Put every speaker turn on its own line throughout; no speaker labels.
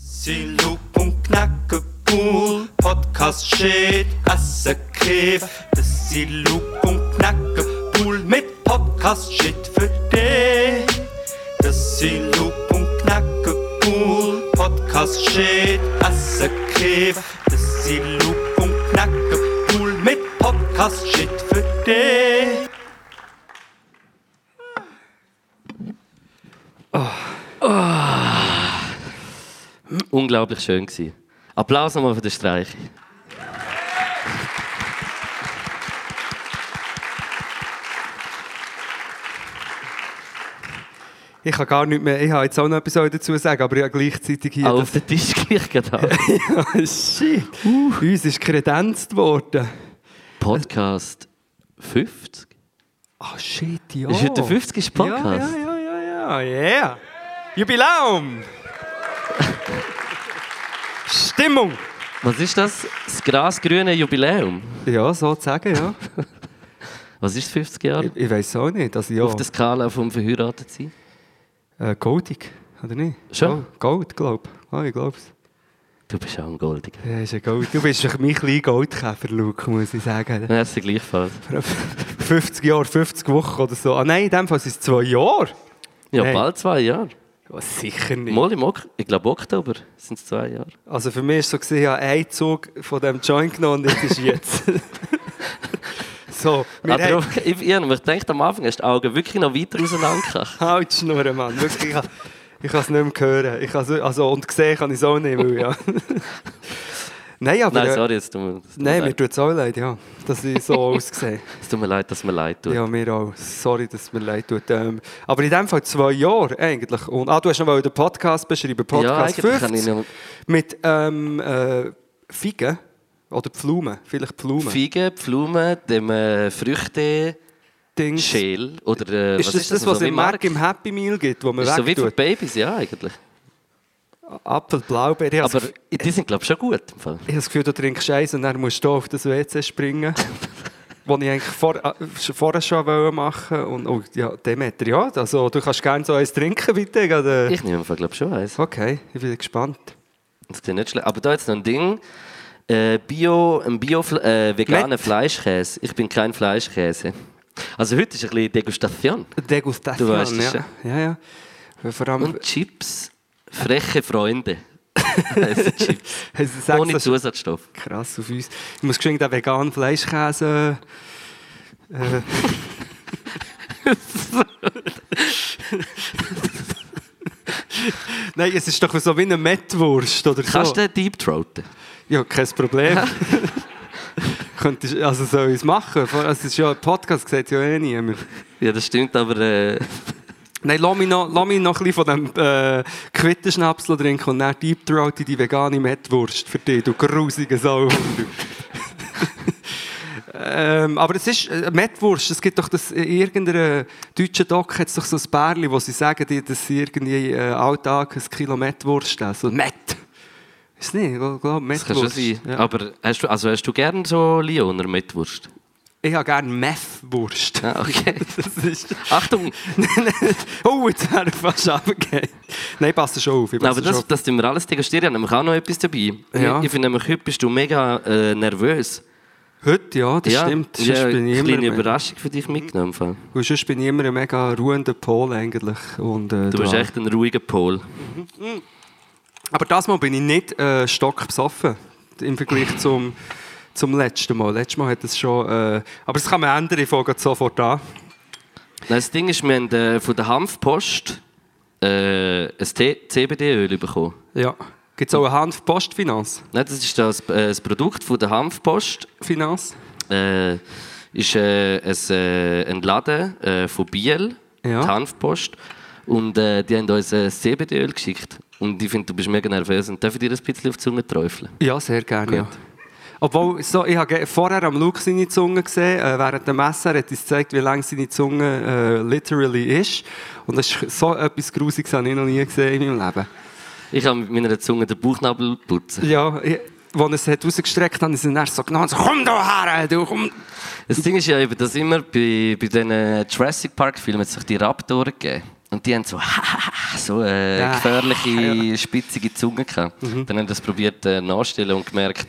Silob und Knackepool, Podcast shit, asse Kiff. Das Silob und Knackepool mit Podcast shit für dich. Das Silob und Knackepool, Podcast shit, asse Kiff. Das Silob und Knackepool mit Podcast shit für dich.
Unglaublich schön gewesen. Applaus nochmal für den Streich.
Ich kann gar nicht mehr, ich habe jetzt auch noch etwas dazu zu sagen, aber ja gleichzeitig hier.
Auch auf den Tisch gleich getan.
das, shit. Uns ist kredenzt worden.
Podcast 50?
Ah, shit, ja.
Ist heute der 50. Podcast?
Oh. Ja, ja, ja, ja, ja, yeah. Jubiläum! Stimmung!
Was ist das? Das grasgrüne Jubiläum?
Ja, sozusagen, ja.
Was ist das 50 Jahre?
Ich, ich weiß auch nicht, also ja.
Auf der Skala vom verheiratet sein?
Äh, goldig, oder nicht?
Schon?
Oh, Gold, glaub. Oh, ich glaub's.
Du bist auch ein Goldiger.
Ja, ist ja Gold. Du bist ein mein kleiner Goldkäfer, Luke, muss ich sagen.
Merci gleichfalls.
50 Jahre, 50 Wochen oder so. Ah nein, in dem Fall sind es zwei Jahre.
Ja,
Nein.
bald zwei Jahre.
Ja, sicher nicht.
Mal im Ok ich glaube Oktober sind es zwei Jahre.
Also für mich ist so gesehen, ich habe einen Zug von dem Joint genommen und das ist jetzt. so, wir
Aber
haben...
ich, ich habe mir gedacht, am Anfang hast du die Augen wirklich noch weiter auseinandergekracht.
Halt die Schnur, Mann. Wirklich, ich kann, ich kann es nicht mehr hören. Ich kann es- also, und sehen kann ich es auch nicht mehr, ja. Nein, aber...
Nein,
äh,
sorry, es tut mir, es tut
Nein,
mir
mir
leid.
tut es auch leid, ja. Dass ich so aussehe.
Es tut mir leid, dass mir leid tut.
Ja, mir auch. Sorry, dass es mir leid tut. Ähm, aber in dem Fall zwei Jahre eigentlich. Und, ah, du hast noch mal den Podcast beschrieben.
Ja,
Podcast
eigentlich kann
50.
ich noch
Mit ähm, äh, Feigen oder Pflumen. Vielleicht Pflumen.
Feigen, Pflumen, dem äh, Früchte,
Dings.
Schäl oder äh,
Ist das das, was
so wie
im Markt im Happy Meal gibt, wo man
Ist so wie für
wegtut?
Babys, ja eigentlich.
Apfel, Blaubeere. Also,
Aber
Aber
die sind glaube ich schon gut im Fall.
ich habe das Gefühl, du trinkst Eis und dann musst du auf das WC springen. Was ich eigentlich vor, äh, vorher schon wollte machen und oh, ja, Demeter, ja, also du kannst gerne so eins trinken, bitte. Oder?
Ich nehme im Fall glaube ich schon eins.
Okay, ich bin gespannt.
Das sieht nicht schlecht. Aber da jetzt noch ein Ding. Äh, Bio, ein Bio, äh, veganer
Met.
Fleischkäse. Ich bin kein Fleischkäse. Also heute ist ein bisschen Degustation.
Degustation,
Du weißt es,
ja. ja, ja. Weil Vor allem,
Und Chips. Freche Freunde. Heissen Chips.
es ist
Ohne
auch so
Zusatzstoff.
krass auf uns. Ich muss geschwind den veganen Fleischkäse... Äh, Nein, es ist doch so wie eine Mettwurst oder so.
Kannst du den Deep Throaten?
Ja, kein Problem. Könntest, also soll ich es machen? Vor- Also, es ist ja ein Podcast, sagt ja eh niemand.
Ja, das stimmt, aber äh,
Nein, lass mich noch, lass mich noch ein bisschen von dem äh, Quittenschnapsel trinken und dann Deep Throat in die vegane Mettwurst für dich, du grusige Sau. ähm, aber es ist äh, Mettwurst, es gibt doch das, in irgendeiner deutschen Doc hat es doch so ein Bärli, wo sie sagen, die- dass sie irgendwie äh, alltag ein Kilo Mettwurst essen. Und Mett! Ist nicht, ich glaube
das kann schon
Mettwurst.
sein.
Ja.
Aber hast du, also hast du gerne so Lioner Metwurst?
Ich habe gerne Methwurst.
Ah, okay.
das ist...
Achtung!
oh, jetzt wäre ich fast runtergegangen. Nein, passt schon auf. ich
Nein,
passe
aber
schon auf.
das, das tun wir alles degustieren. Ich habe nämlich auch noch etwas dabei.
Ja.
Ich, ich finde nämlich, heute bist du mega äh, nervös.
Heute, ja, das
ja,
stimmt. Sonst,
Ja,
bin
eine
ich immer
kleine
mehr,
Überraschung für dich mitgenommen. im Fall.
weil sonst bin ich immer ein mega ruhender Pol eigentlich. Und, äh,
Du bist
dran.
echt ein ruhiger Pol.
Aber das Mal bin ich nicht äh, stock besoffen im Vergleich zum, zum letzten Mal. Letztes Mal hat es schon... Äh, aber das kann man ändern, ich fange sofort an.
Nein, das Ding ist, wir haben äh, von der Hanfpost äh, ein CBD-Öl bekommen.
Ja. Gibt es auch eine Hand Postfinanz?
Nein, das ist das, äh, das Produkt von der Hanfpost.
Finanz?
Äh, ist äh, ein, äh, ein Laden äh, von Biel,
Ja.
die Hanfpost. Und äh, die haben uns ein CBD-Öl geschickt. Und ich finde, du bist mega nervös. Und darf ich dir ein bisschen auf die Zunge träufeln?
Ja, sehr gerne. Ja.
Gut.
Obwohl, so, ich habe ge- vorher am Luke seine Zunge gesehen, äh, während der Messer hat uns gezeigt, wie lang seine Zunge äh, literally ist. Und das ist so etwas Grusiges habe ich noch nie gesehen in meinem Leben.
Ich habe mit meiner Zunge den Bauchnabel putzen.
Ja, ich, als er es hat rausgestreckt hat, ist er dann so genommen und so, komm da her, du komm.
Das Ding ist ja eben, dass immer bei, bei diesen Jurassic Park-Filmen hat es sich die Raptoren gegeben Und die haben so, so eine
Ja. Mhm.
gefährliche, spitzige Zunge gehabt. Dann haben das probiert äh, nachstellen und gemerkt,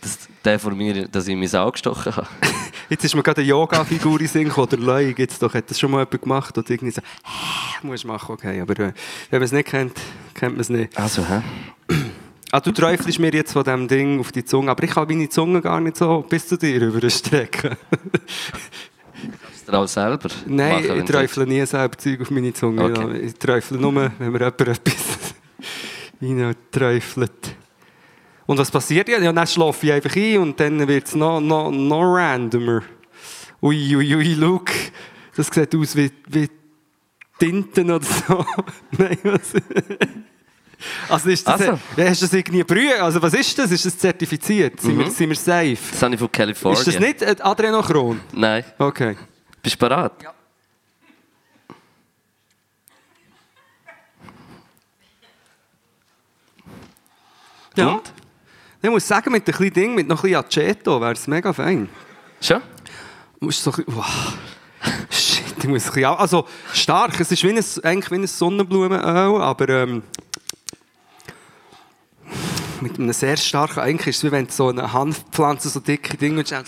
dass der von mir, dass ich ihm ins Auge gestochen habe.
Jetzt ist mir gerade eine Yoga-Figur in den Sinn gekommen, oder Leu, gibt's doch, hat das schon mal jemand gemacht, oder irgendwie so, musst machen, okay, aber äh, wenn man es nicht kennt, kennt man es nicht.
Also, hä?
Ah, du träufelst mir jetzt von dem Ding auf die Zunge, aber ich kann meine Zunge gar nicht so bis zu dir überstrecken.
Kannst du dir auch selber
Nein,
machen, wenn
ich
du-
träufle nie selber Zeug auf meine Zunge.
Okay.
Ja, Ich träufle nur, wenn mir jemand etwas nou reinträufelt. Und was passiert? Ja, dann schlafe ich einfach ein und dann wird es noch, noch, noch randomer. Ui, ui, ui, look. Das sieht aus wie, wie Tinten oder so. Nein, was... Also, ist das,
Also.
Ja, hast du das irgendwie geprüft? Also, was ist das? Ist das zertifiziert? Sind, wir, sind wir safe?
Das habe ich von Kalifornien.
Ist das nicht ein Adrenochron?
Nein.
Okay.
Bist du bereit? Ja.
Ja.
Und?
Ich muss sagen, mit einem kleinen Ding, mit noch ein bisschen Aceto, wäre es mega fein.
Schon?
Du musst so ein bisschen, wow. Shit, ich muss ein bisschen... au- Also, stark. Es ist wie ein, eigentlich wie ein Sonnenblumenöl, aber... Ähm, mit einem sehr starken... Eigentlich ist es wie wenn du so eine Hanfpflanze, so dicke Dinge, und dann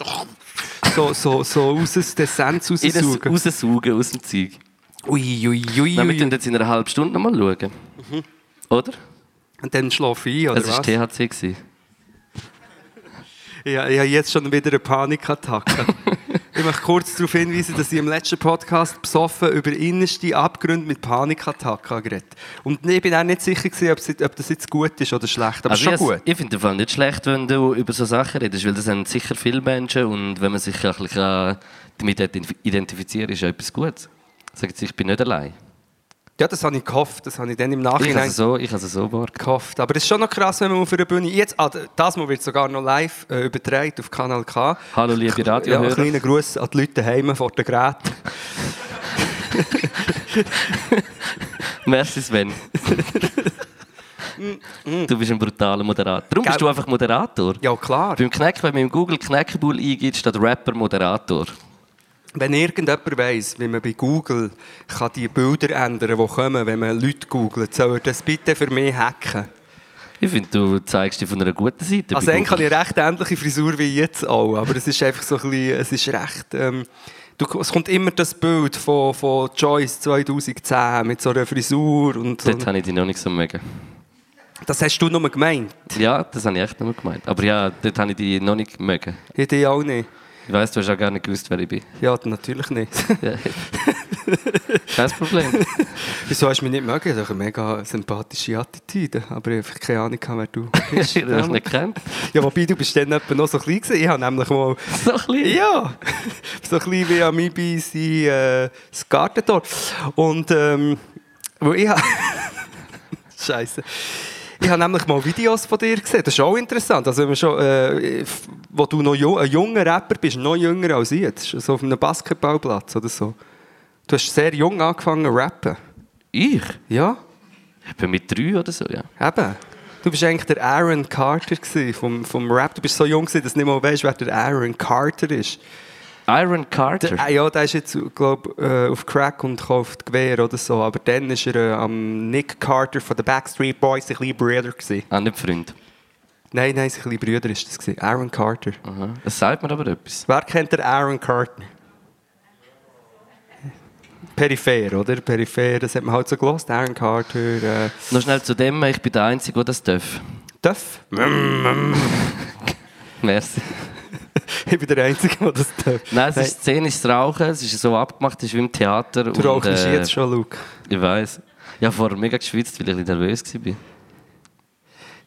so, so, so raus, die Essenz
Ich das
raussaugen.
raussaugen aus dem Zeug.
Ui, ui, ui,
Nein, wir
ui.
können jetzt in einer halben Stunde nochmal schauen. Oder?
Und dann schlafe ich ein, oder
Es
was?
war THC. Gewesen.
Ja, ich habe jetzt schon wieder eine Panikattacke. ich möchte kurz darauf hinweisen, dass ich im letzten Podcast besoffen über innerste Abgründe mit Panikattacken habe geredet Und ich bin auch nicht sicher, gewesen, ob, es- ob das jetzt gut ist oder schlecht. Aber
Also
schon
ich
gut.
ich finde den Fall nicht schlecht, wenn du über so Sachen redest, weil das haben sicher viele Menschen und wenn man sich ein bisschen kann damit identif- identifizieren kann, ist ja etwas Gutes. Sagt sich, ich bin nicht allein.
Ja, das habe ich gehofft. Das habe ich dann im
Ich also- habe
Nachhinein
es so, ich habe es so wahrgenommen.
gehofft. Aber es ist schon noch krass, wenn man auf einer Bühne... Jetzt, ah, das Mal wird sogar noch live äh, übertragen auf Kanal K.
Hallo liebe
Ja, einen
Radiohörer.
kleinen Gruß an die Leute daheim vor den Geräten.
Merci Sven. du bist ein brutaler Moderator. Darum bist
Gell.
du einfach Moderator.
Ja, klar.
Beim Kneck, wenn man im Google Kneckebull eingibt, statt Rapper Moderator.
Wenn irgendjemand weiss, wie man bei Google kann die Bilder ändern kann, die kommen, wenn man Leute googelt, soll er das bitte für mich hacken.
Ich finde, du zeigst dich von einer guten Seite.
Also
bei
eigentlich habe
Google.
ich eine recht ähnliche Frisur wie jetzt auch, aber es ist einfach so ein bisschen, es ist recht... Ähm, du, es kommt immer das Bild von, von Joyce 2010 mit so einer Frisur und so.
Dort habe ich dich noch nicht so mega.
Das hast du nur gemeint,
Ja, das habe ich echt nur gemeint. Aber ja, dort habe ich dich noch nicht mögen.
ich dich auch nicht.
Ich weiss, du hast auch gar nicht gewusst, wer ich bin.
Ja, natürlich nicht.
Kein Problem.
Wieso hast du mich nicht mögen? Das ist eine mega sympathische Attitüde, aber ich habe keine Ahnung, wer du
Hast
bist.
du das nicht kennt?
ja, wobei, du bist dann etwa noch so klein gewesen. Ich habe nämlich mal...
So ein bisschen.
Ja, so ein bisschen wie Amibi sein äh, das Gartentor. Und ähm, wo ich ha- Scheiße. Ich habe nämlich mal Videos von dir gesehen. Das ist auch interessant. Also, wenn man schon, äh, f- wo du noch ju ein junger Rapper bist, noch jünger als ich jetzt, so auf einem Basketballplatz oder so. Du hast sehr jung angefangen zu rappen.
Ich?
Ja,
Etwa mit drei oder so, ja.
eben. Du bist eigentlich der Aaron Carter gewesen vom, vom Rap. Du bist so jung, gewesen, dass du nicht mal weißt, wer der Aaron Carter ist.
Iron
Der, ah,
Carter.
ja, der ist jetzt, glaube äh, auf Crack und kauft Gewehr oder so. Aber dann war er äh, am Nick Carter von den Backstreet Boys ein kleiner Brüder. Gewesen.
Ah, nicht Freund.
Nein, nein, sein kleiner Brüder ist das. Gewesen. Aaron Carter.
Aha. Das sagt mir aber etwas.
Wer kennt den Aaron Carter? Peripher, oder? Peripher, das hat man halt so gelost. Aaron Carter, äh,
Noch schnell zu dem, ich bin der Einzige, der das darf.
Duff.
Merci.
ich bin der Einzige, der das darf.
Nein, es ist szenisches Rauchen, es ist so abgemacht, es ist wie im Theater.
Du rauchst
äh,
jetzt schon, Luke.
Ich weiß. Ich habe vorher mega geschwitzt, weil ich ein bisschen nervös war.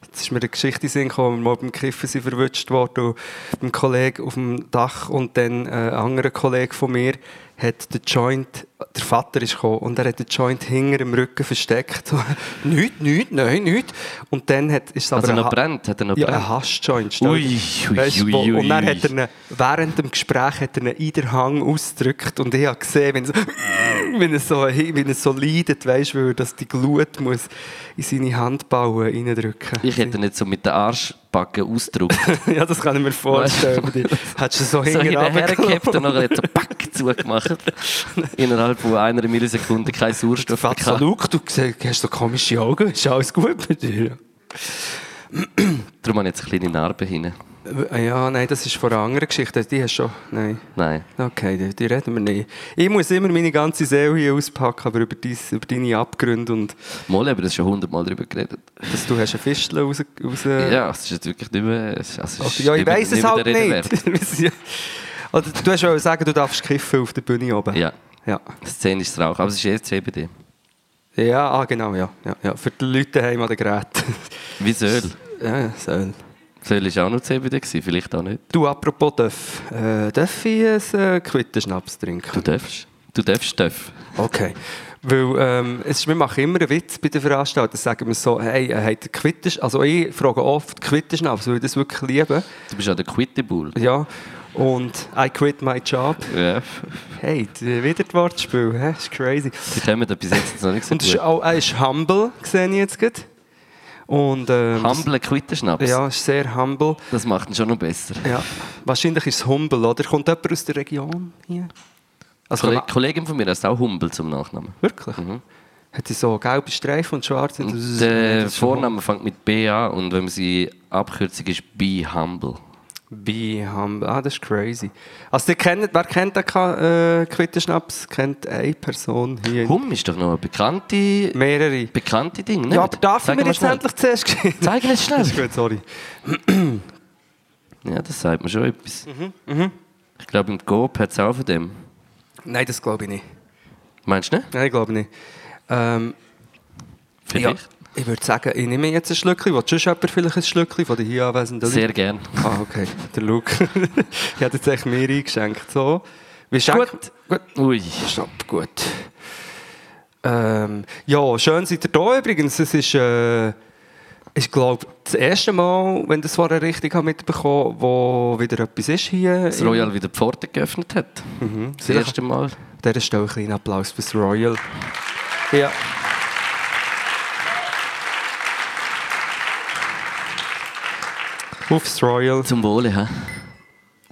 Jetzt ist mir eine Geschichte in den Sinn gekommen, wo wir mal beim Kiffen sind verwünscht worden, und beim Kollegen auf dem Dach und dann äh, ein anderer Kollege von mir hat den Joint, der Vater ist gekommen und er hat den Joint hinter im Rücken versteckt. nicht, nicht, nein, nicht. Und dann hat, ist es aber
Also
ein
noch
Ha-
brennt, hat er noch
ja,
brennt.
ein Hassjoint. stell dir-
Ui, ui,
Weisst du,
ui,
wo-
ui,
Und dann hat
ui.
er ihn, während dem Gespräch hat er ihn in den Hang ausgedrückt und ich habe gesehen, wenn er so wenn es so, wenn es so leidet, weißt du, weil er das die Glut muss in seine Handballen reindrücken.
Ich hätte nicht so mit den Arschbacken ausgedrückt.
ja, das kann ich mir vorstellen. aber die- Hättest du so
so
hinten
hinterhergehabt
runtergelassen.
und nachher hat so pack zugemacht. Innerhalb von einer Millisekunde kein
Der
Sauerstoff
Vater so,
gehabt.
«Schau, du siehst- hast so komische Augen, ist alles gut bei dir?
Darum habe ich jetzt eine kleine Narbe hin.
Äh, Ja, nein, das ist von einer anderen Geschichte, die hast du schon, nein.
Nein.
Okay, die, die reden wir nicht. Ich muss immer meine ganze Seele hier auspacken, aber über, dies, über deine Abgründe und
Mal haben wir das schon hundertmal darüber geredet.
dass du hast eine Fistel raus... raus
Ja, es ist jetzt wirklich nicht mehr... es ist- Also es ist
Äh. ja, ich
nicht mehr-
weiss es
mehr
halt
der Rede wert.
nicht. Wir sind ja- Oder du hast wollen sagen, du darfst kiffen auf der Bühne oben.
Ja,
Ja,
szenisches Rauchen. Aber es ist eh jetzt CBD.
ja ah, genau, ja, ja, ja. Für die Leute daheim an den Geräten.
Wie Söl.
ja, ja, soll.
Söl war auch noch CBD, gewesen, vielleicht auch nicht.
Du, apropos Döff. Äh, darf ich einen äh, Quittenschnaps
Du
trinken?
darfst. Du darfst Stoff.
Okay. Weil, ähm, es ist, wir machen immer einen Witz bei den Veranstaltern. Sagen wir so, hey, äh, habt ihr Quittenschnaps? Also ich frage oft Quittenschnaps, weil ich das wirklich liebe.
Du bist ja der Quittebull.
Ja. Und I quit my job.
Ja.
Hey, d- wieder das Wortspiel. hä? ist crazy.
Sie kommen da bis jetzt noch nicht so
Und es ist
gut.
auch, er ist humble, sehe ich jetzt gerade. Und, ähm,
Humble Quittenschnaps.
das- Ja, ist sehr humble.
Das macht ihn schon noch besser.
Ja. Wahrscheinlich ist es humble, oder? Kommt jemand aus der Region hier? Also,
Eine Kollegin von mir heißt auch Humbel zum Nachnamen.
Wirklich?
Mhm.
Hat sie so gelbe Streifen und schwarze?
Und
Das-
der
das ist schon-
Vorname fängt mit B an und wenn man sie Abkürzung ist, B Humble.
Be humble. Ah, das ist crazy. Also, die kennt, wer kennt den Ka- äh, Quittenschnaps? Kennt eine Person hier?
Hum ist doch noch eine bekannte,
Mehrere.
bekannte Ding, ne?
Ja, aber darf ich
Sag
mir
mal
jetzt
schnell.
endlich zuerst gehen?
Zeig mir jetzt schnell.
Das ist gut, sorry.
Ja, das sagt mir schon etwas.
Mhm,
Ich glaube, im Coop hat es auch von dem.
Nein, das glaube ich nicht.
Meinst du nicht?
Nein, ich glaube nicht. Ähm, Ja,
Vielleicht.
ich würde sagen, ich nehme jetzt ein Schlückchen. Willst du sonst jemand vielleicht ein Schlückchen von den hier anwesenden
Sehr gern.
Leuten? Ah, okay. Der Luke. ich hätte jetzt echt mehr eingeschenkt. So. Wir schenken... Gut.
Ui.
Stopp, gut. Ähm, ja, schön seid ihr da übrigens. Es ist, äh, ich glaube, das erste Mal, wenn das vorher richtig habe mitbekommen, wo wieder etwas ist hier.
Das Royal wieder die Pforte geöffnet hat. Das erste Mal.
An dieser Stelle einen kleinen Applaus fürs Royal. Ja. Aufs Royal.
Zum Wohle, hä? Mhm.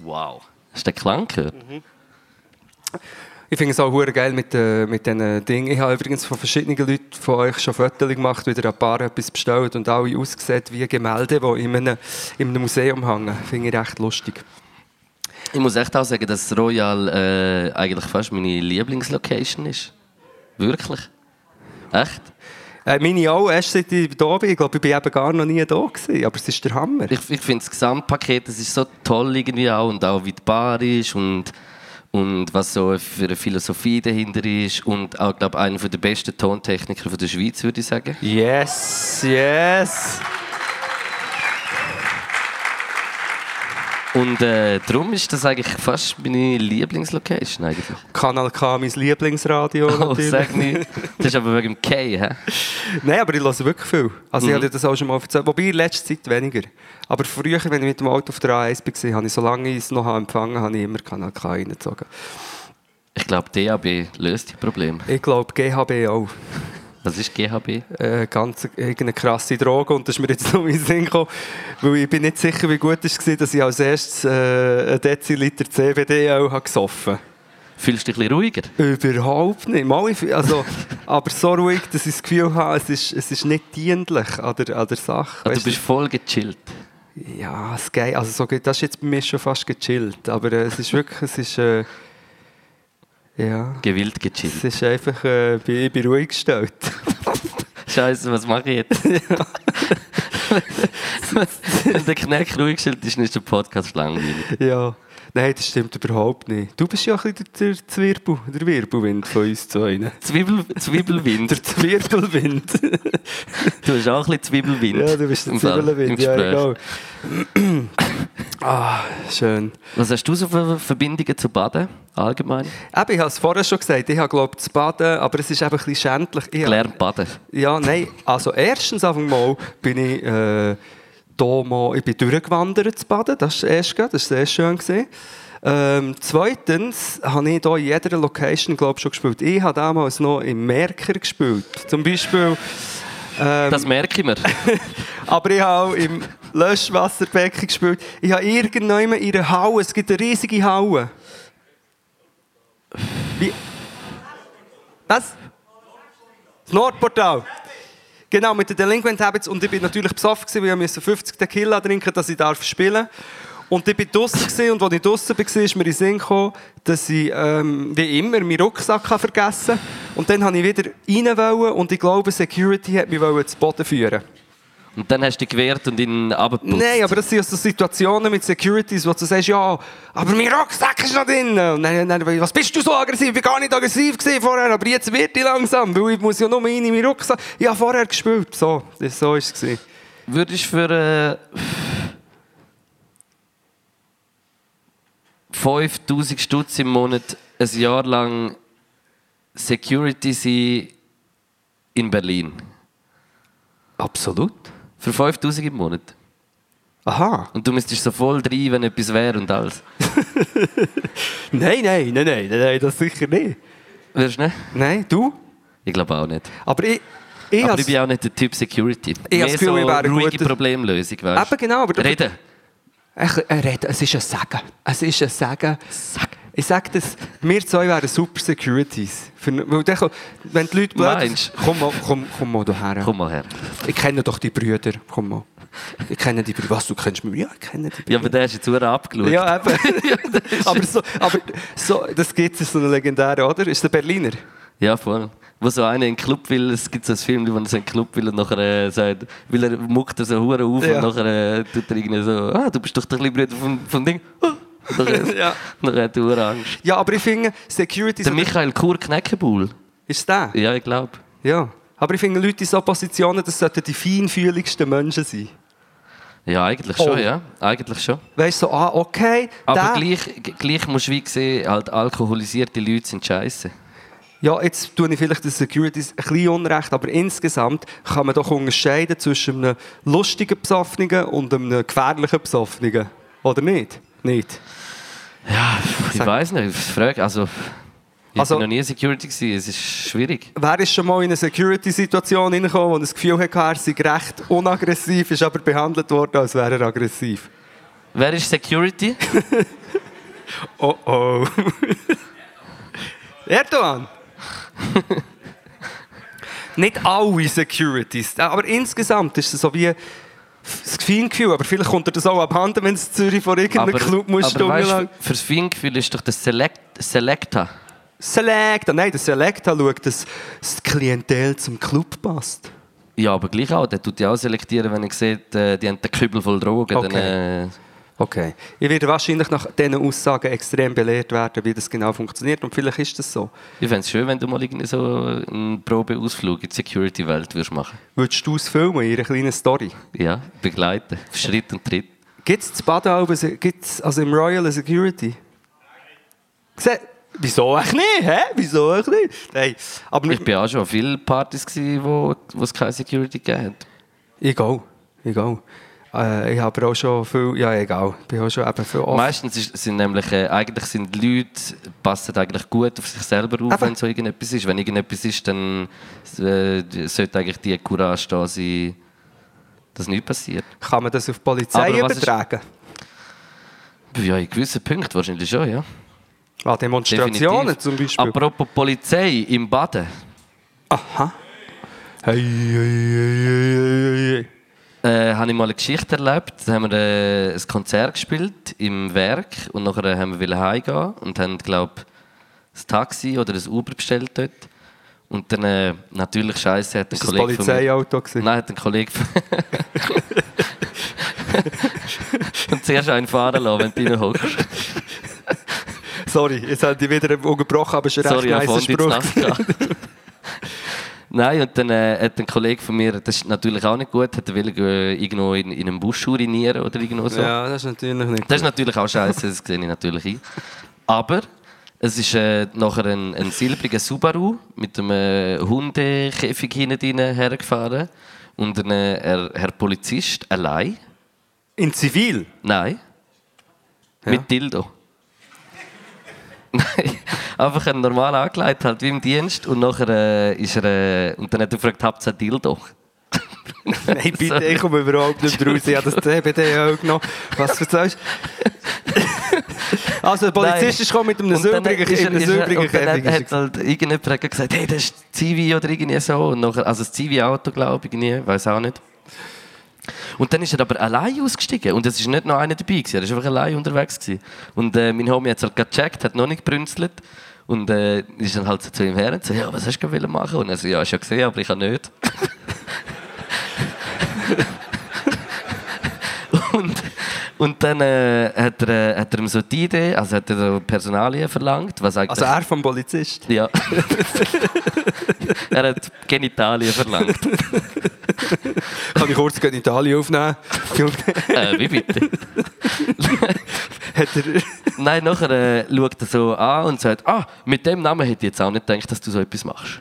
Wow. Hast du den Klang gehört?
Ich finde es auch hure geil mit, äh, mit diesen Dingen. Ich habe übrigens von verschiedenen Leuten von euch schon Fotos gemacht, wieder ein paar etwas bestellt und alle ausgesehen wie Gemälde, die in einem, in einem Museum hängen. Finde ich recht lustig.
Ich muss echt auch sagen, dass Royal äh, eigentlich fast meine Lieblingslocation ist. Wirklich. Echt?
Äh, meine auch, erst seit ich da bin. Ich glaube, ich bin eben gar noch nie da gewesen, aber es ist der Hammer.
Ich, ich finde das Gesamtpaket, es ist so toll irgendwie auch und auch wie die Bar ist und, und was so für eine Philosophie dahinter ist und auch, glaube einer der besten Tontechniker von der Schweiz, würde ich sagen.
Yes, yes.
Und äh, darum ist das eigentlich fast meine Lieblingslocation eigentlich.
Kanal K, mein Lieblingsradio
Oh,
natürlich.
sag mir, das ist aber wegen dem K, hä?
Nein, aber ich höre wirklich viel. Also ich habe dir das auch schon mal erzählt. Wobei in letzter Zeit weniger. Aber früher, wenn ich mit dem Auto auf der A1 war, habe ich, solange ich es noch empfangen habe, habe ich immer Kanal K reingezogen.
Ich glaube, DAB löst die Probleme.
Ich glaube, GHB auch.
Was ist GHB?
Äh, ganz irgendeine krasse Droge. Und das ist mir jetzt noch in den Sinn gekommen, weil ich bin nicht sicher, wie gut es war, dass ich als erstes äh, einen Deziliter CBD auch habe gesoffen habe.
Fühlst du dich ein bisschen ruhiger?
Überhaupt nicht. Mal, ich- also, aber so ruhig, dass ich das Gefühl habe, es ist, es ist nicht dienlich an der, an der Sache.
Ah, du
Weißt
bist voll gechillt.
Ja, es geht. Also so, geht- das ist jetzt bei mir schon fast gechillt. Aber äh, es ist wirklich, es ist, äh, ja,
Gewillt
es
gechillt.
ist einfach, äh, ich bin- ich bin ruhig gestellt.
Scheiße, was mache ich jetzt? Wenn der Kneck ruhig gestellt ist, dann ist der Podcast langweilig.
ja. Nein, das stimmt überhaupt nicht. Du bist ja ein bisschen der, der Zwirbel, der Wirbelwind von uns zu einem.
Zwiebel, Zwiebelwind.
Der Zwirbelwind.
Du hast auch ein bisschen Zwiebelwind.
ja, du bist der
Im Fall, im
Zwirbelwind, ja,
Gespräch.
genau. ah, schön.
Was hast du so für Verbindungen zu Baden allgemein?
Eben, ich habe es vorher schon gesagt, ich habe, glaube ich, zu baden, aber es ist eben ein bisschen schändlich. Ich habe-
Gelernt Baden.
Ja, nein. Also erstens auf einmal bin ich äh, da mal, ich bin durchgewandert zu baden. Das ist erst, das ist sehr schön gesehen. Ähm, zweitens habe ich hier in jeder Location glaub, schon gespielt. Ich habe damals noch im Merker gespielt. Zum Beispiel. ähm,
Das merke ich mir.
aber ich habe auch im Löschwasserbecken gespielt. Ich habe irgendwann in einer Halle, es gibt eine riesige Halle. Wie? Was? Das Nordportal. Genau, mit den Delinquent Habits. Und ich bin natürlich besoffen, gewesen, weil ich musste 50 Tequila trinken dass ich darf spielen Und ich bin draussen gewesen, und als ich draussen war, ist mir in den Sinn gekommen, dass ich, ähm, wie immer, meinen Rucksack habe vergessen habe. Und dann wollte ich wieder rein wollen, und ich glaube, Security hat mich wollen zu Boden führen.
Und dann hast du dich gewehrt und ihn abgeputzt.
Nein, aber das sind so Situationen mit Securities, wo du sagst, ja, aber mein Rucksack ist noch drin. Und dann, dann, was bist du so aggressiv? Ich war gar nicht aggressiv gewesen vorher, aber jetzt wird ich langsam, weil ich muss ja nur rein in meinen Rucksack. Ich habe vorher gespielt, so, das, so ist es. gewesen.
Würdest du für äh, 5000 Stutz im Monat ein Jahr lang Security sein in Berlin?
Absolut.
Für 5000 im Monat.
Aha.
Und du müsstest so voll rein, wenn etwas wäre und alles.
Nein, nein, nein, nein, nein, nein, das sicher nicht.
Wirst du nicht?
Nein, du?
Ich glaube auch nicht.
Aber ich, ich
aber
has-
ich bin auch nicht der Typ Security.
Ich habe das Gefühl, ich wäre ein
ruhige
guter-
Problemlösung, weißt du?
Eben genau, aber du-
Reden.
Ech, äh, red, es ist ein Segen. Es ist ein Segen. Ich sage das, wir zwei wären super Securities. Für, weil dann, wenn die Leute blöd
Meinst du?
komm mal, komm, komm mal hierher.
Komm mal her.
Ich kenne doch die Brüder. Komm mal. Ich kenne die Brüder. Was, du kennst mich? Ja, ich kenne die Brüder.
Ja, aber der ist jetzt sehr abgeschaut.
Ja, eben. aber so, aber so, das gibt es, so einen legendären, oder? Ist der Berliner?
Ja, voll. Wo so einer in den Club will, es gibt so ein Film, wo er so in den Club will und nachher äh, sagt, weil er muckt er so Huren auf
Ja.
und nachher äh, tut er irgendwie so, ah, du bist doch der kleine Bruder vom, vom Ding. Ah. Und Nachher,
Ja.
nachher hat er Huren Angst.
Ja, aber ich finde, Securities...
Der Michael Kur Kneckebuhl.
Ist der?
Ja, ich glaube.
Ja. Aber ich finde, Leute in so Positionen, das sollten die feinfühligsten Menschen sein.
Ja, eigentlich
Oh.
schon, ja. Eigentlich schon.
Weißt du, so, ah, okay,
Aber
der...
gleich, g- gleich musst du wie sehen, halt alkoholisierte Leute sind scheiße.
Ja, jetzt tue ich vielleicht den Securities ein bisschen unrecht, aber insgesamt kann man doch unterscheiden zwischen einem lustigen Besoffenen und einem gefährlichen Besoffenen. Oder nicht? Nicht.
Ich
Sag-
weiß nicht, frage, also... Ich
Also-
war noch nie Security, gewesen. es ist schwierig.
Wer ist schon mal in eine Security-Situation hineingekommen, wo er das Gefühl hatte, er sei recht unaggressiv, ist aber behandelt worden, als wäre er aggressiv?
Wer ist Security?
Oh oh. Erdogan! Nicht alle Securities, aber insgesamt ist es so wie das Feingefühl, aber vielleicht kommt dir das auch abhanden, wenn du in Zürich vor irgendeinem Club musst,
aber weißt,
stundenlang...
für- fürs Feingefühl ist doch der Select, Selecta.
Selecta, nein, der Selecta schaut, dass das Klientel zum Club passt.
Ja, aber gleich auch. Der tut ja auch selektieren, wenn er sieht, äh, die haben den Kübel voll Drogen.
Okay.
Dann, äh,
Okay. Ich werde wahrscheinlich nach diesen Aussagen extrem belehrt werden, wie das genau funktioniert und vielleicht ist das so.
ich fände es schön, wenn du mal irgendwie so einen Probeausflug in die Security-Welt würdest machen.
Würdest du es filmen in einer kleinen Story?
Ja, begleiten. auf Schritt und Tritt.
Gibt es Baden gibt's also im Royal eine Security? Se Wieso eigentlich nicht? Hä? Wieso eigentlich nicht? Nein. Aber
Ich war auch schon an vielen Partys, gewesen, wo, wo es keine Security gegeben hat.
egal. Egal. Äh, ich habe aber auch schon viel. Ja, egal. Ich bin auch schon eben viel offen.
Meistens ist, sind nämlich, äh, eigentlich sind die Leute, passen eigentlich gut auf sich selber auf,
Aber-
wenn so irgendetwas ist. Wenn irgendetwas ist, dann äh, sollte eigentlich die Courage da sein, dass nichts passiert.
Kann man das auf die Polizei
Aber was ist-
übertragen?
Ja, in gewissen Punkten wahrscheinlich schon, ja.
An Demonstrationen
Definitiv.
zum Beispiel.
Apropos Polizei im Baden.
Aha. Hey, hey, hey, hey, hey, hey.
Äh, habe ich mal eine Geschichte erlebt. Da haben wir äh, ein Konzert gespielt im Werk und nachher äh, haben wir heimgehen und haben, glaube ich, ein Taxi oder ein Uber bestellt dort. Und dann, äh, natürlich, scheiße, hat ein
Ist das
Kollege von mir...
Polizeiauto gewesen?
Nein, hat ein Kollege. und zuerst einen fahren lassen, wenn du reinhockst.
Sorry, jetzt hat ich wieder unterbrochen, aber es ist ein
Sorry, ich
recht nicer
habe
Spruch.
Nein, und dann äh, hat ein Kollege von mir, das ist natürlich auch nicht gut, hat er will, äh, irgendwo in, in einem Busch urinieren oder irgendwo so.
Ja, das ist natürlich nicht.
Das ist natürlich auch scheiße, das sehe ich natürlich ein. Aber es ist äh, nachher ein, ein silbriger Subaru mit einem äh, Hundekäfig hinten drin hergefahren. Und dann, äh, Herr, Herr Polizist allein.
In Zivil?
Nein.
Ja.
Mit Dildo. Nein, einfach ein normal angelegt, halt wie im Dienst. Und nachher äh, ist er. Äh, und dann hat er gefragt, habt ihr ein Dildo?
Nein, bitte, ich komme überhaupt nicht raus. Ich habe das CBD auch genommen. Was erzählst du? Also, der Polizist
Nein.
ist gekommen mit einem
Und dann
silbrigen
ist er-
in einem
ist er-
silbrigen
Und dann hat-
Käfig. ist er
hat halt irgendjemand hat gesagt, hey, das ist Zivi oder irgendwie so. Und nachher, also das Zivi-Auto, glaube ich, nie, weiß auch nicht. Und dann ist er aber allein ausgestiegen. Und es war nicht noch einer dabei. Gewesen. Er war einfach allein unterwegs. Gewesen. Und äh, mein Homie hat es halt gerade gecheckt, hat noch nicht gebrünzelt. Und äh, ist dann halt so zu ihm her und so, ja, was hast du gerade machen? Und er so, ja, ich ja gesehen, aber ich habe nicht. und, und dann äh, hat, er, äh, hat er ihm so die Idee, also hat er so Personalien verlangt, was eigentlich...
Also, er vom Polizist.
Ja. er hat Genitalien verlangt.
Kann ich kurz in Italien aufnehmen?
äh, wie bitte?
hat er...
Nein, nachher äh, schaut er so an und sagt, ah, mit dem Namen hätte ich jetzt auch nicht gedacht, dass du so etwas machst.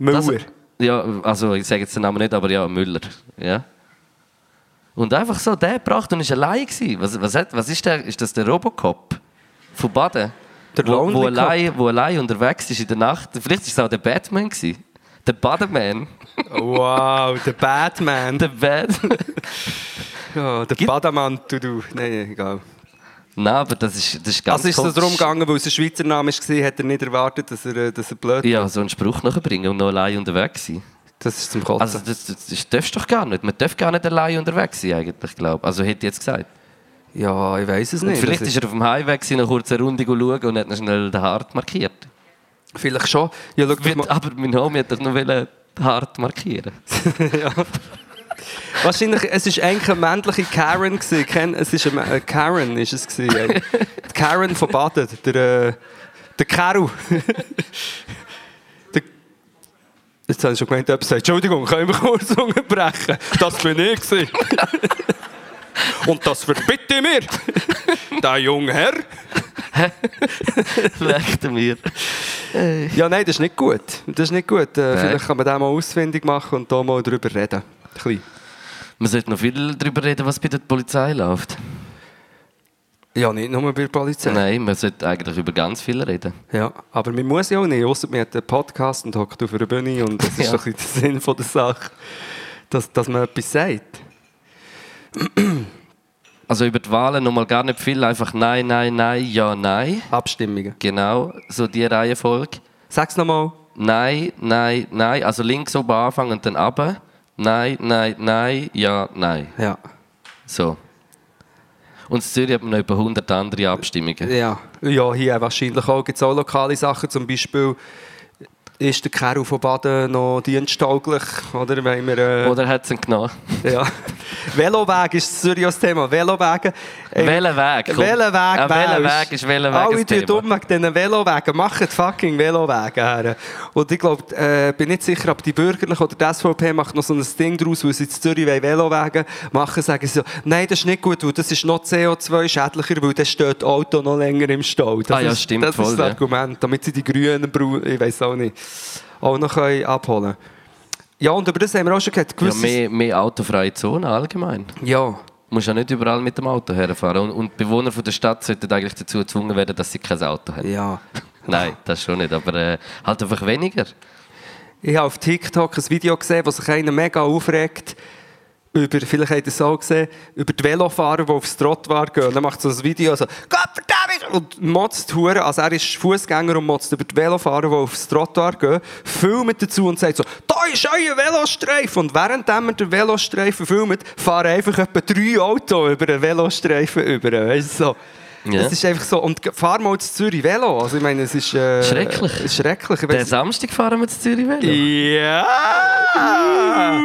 Das,
Müller.
ja, also ich sage jetzt den Namen nicht, aber ja, Müller. Ja. Und einfach so der gebracht und ist allein gewesen. Was, was, hat, was ist der? Ist das der Robocop von Baden?
Der
wo, wo,
Lonely Cop.
allein, wo allein unterwegs ist in der Nacht. Vielleicht ist es auch der Batman gewesen. Der Bademan.
Wow, der Batman.
Der Batman.
Ja, der Badaman, du, du. Nein, nein, egal.
Nein, aber das ist, das ist ganz
Also ist es
komisch.
darum gegangen, weil es ein Schweizer Name war, hat er nicht erwartet, dass er, äh, dass er blöd
Ja, so einen Spruch nachbringen und noch allein unterwegs sein.
Das ist zum Kotzen.
Also das, das, das darfst du doch gar nicht. Man darf gar nicht allein unterwegs sein eigentlich, glaube Also hätte ich jetzt gesagt.
ja, ich weiß es
Und
nicht. Also,
vielleicht
Das
ist er auf dem Highway gewesen, noch kurz eine Runde schauen und hat noch schnell den Hart markiert.
vielleicht schon. Ja, schau doch
Wird-
mal.
aber mein Homie hat doch noch wollen den Hart markieren.
Wahrscheinlich, es war eigentlich eine männliche Karen. Gewesen. Ken- Es ist eine, eine Karen, ist es gewesen. eigentlich. Die Karen von Baden. Der, äh, der Karo. der, jetzt habe ich schon gemeint, etwas sagt, Entschuldigung, können wir kurz unterbrechen? Das bin ich. Gewesen. Und das verbitte mir. Der junge Herr.
Lechte mir.
Ja, nein, das ist nicht gut. Das ist nicht gut. Äh,
Nein.
vielleicht kann man den mal ausfindig machen und da mal drüber reden. Ein bisschen.
Man sollte noch viel darüber reden, was bei der Polizei läuft.
Ja, nicht nur bei der Polizei.
Nein, man sollte eigentlich über ganz viel reden.
Ja, aber man muss ja auch nicht, ausser man hat einen Podcast und hockt auf einer Bühne und das ist
Ja.
doch ein bisschen der Sinn von der Sache, dass, dass man etwas sagt.
Also über die Wahlen nochmal gar nicht viel, einfach nein, nein, nein, ja, nein.
Abstimmungen.
Genau, so die Reihenfolge.
Sag's nochmal.
Nein, nein, nein. Also links oben anfangen und dann runter. Nein, nein, nein, ja, nein.
Ja.
So. Und in Zürich hat man noch über 100 andere Abstimmungen.
Ja. Ja, hier wahrscheinlich auch. Gibt auch lokale Sachen, zum Beispiel ist der Kerl von Baden noch diensttauglich, oder? Wenn wir, äh,
Oder hat es ihn genommen?
ja. Veloweg ist das Zürich auch das Thema. Velowegen. Ey,
Welchen Weg? Komm.
Welchen Weg
An welchen
wählst?
Weg ist welchen Weg
Alle
ein
die
Thema?
dumm wegen diesen Velowegen. Macht fucking Velowegen her. Und ich glaube, äh, bin nicht sicher, ob die Bürgerlichen oder die SVP macht noch so ein Ding draus, weil sie in Zürich wollen Velowegen machen, sagen sie so, nein, das ist nicht gut, weil das ist noch CO2-schädlicher, weil dann steht das Auto noch länger im Stau. Das
Ah ja,
ist,
stimmt
Das
voll,
ist das
ja.
Argument, damit sie die Grünen, brau- ich weiß auch nicht, auch noch können abholen Ja, und über das haben wir auch schon gehört.
Ja,
Gewisses-
mehr, mehr autofreie Zone allgemein.
ja.
Du musst ja nicht überall mit dem Auto herfahren. Und, und die Bewohner von der Stadt sollten eigentlich dazu gezwungen werden, dass sie kein Auto haben.
ja.
Nein, das schon nicht, aber äh, halt einfach weniger.
Ich habe auf TikTok ein Video gesehen, wo sich einer mega aufregt. Über, vielleicht habt ihr es auch gesehen, über die Velofahrer, die aufs Trottoir gehen. Und Dann macht so ein Video so, Gott verdammt! Und motzt Huren, also er ist Fußgänger und motzt über die Velofahrer, die aufs Trottoir gehen, filmt dazu und sagt so, da ist euer Velostreifen! Und während er den Velostreifen filmt, fahren einfach etwa drei Autos über den Velostreifen über. Weißt du, so.
Ja.
Das ist einfach so. Und g- fahr mal zu Zürich Velo. Also ich meine, es ist... Äh,
Schrecklich.
es ist Schrecklich. Ich
Den
weiss-
Samstag fahren wir zu Zürich Velo.
Ja!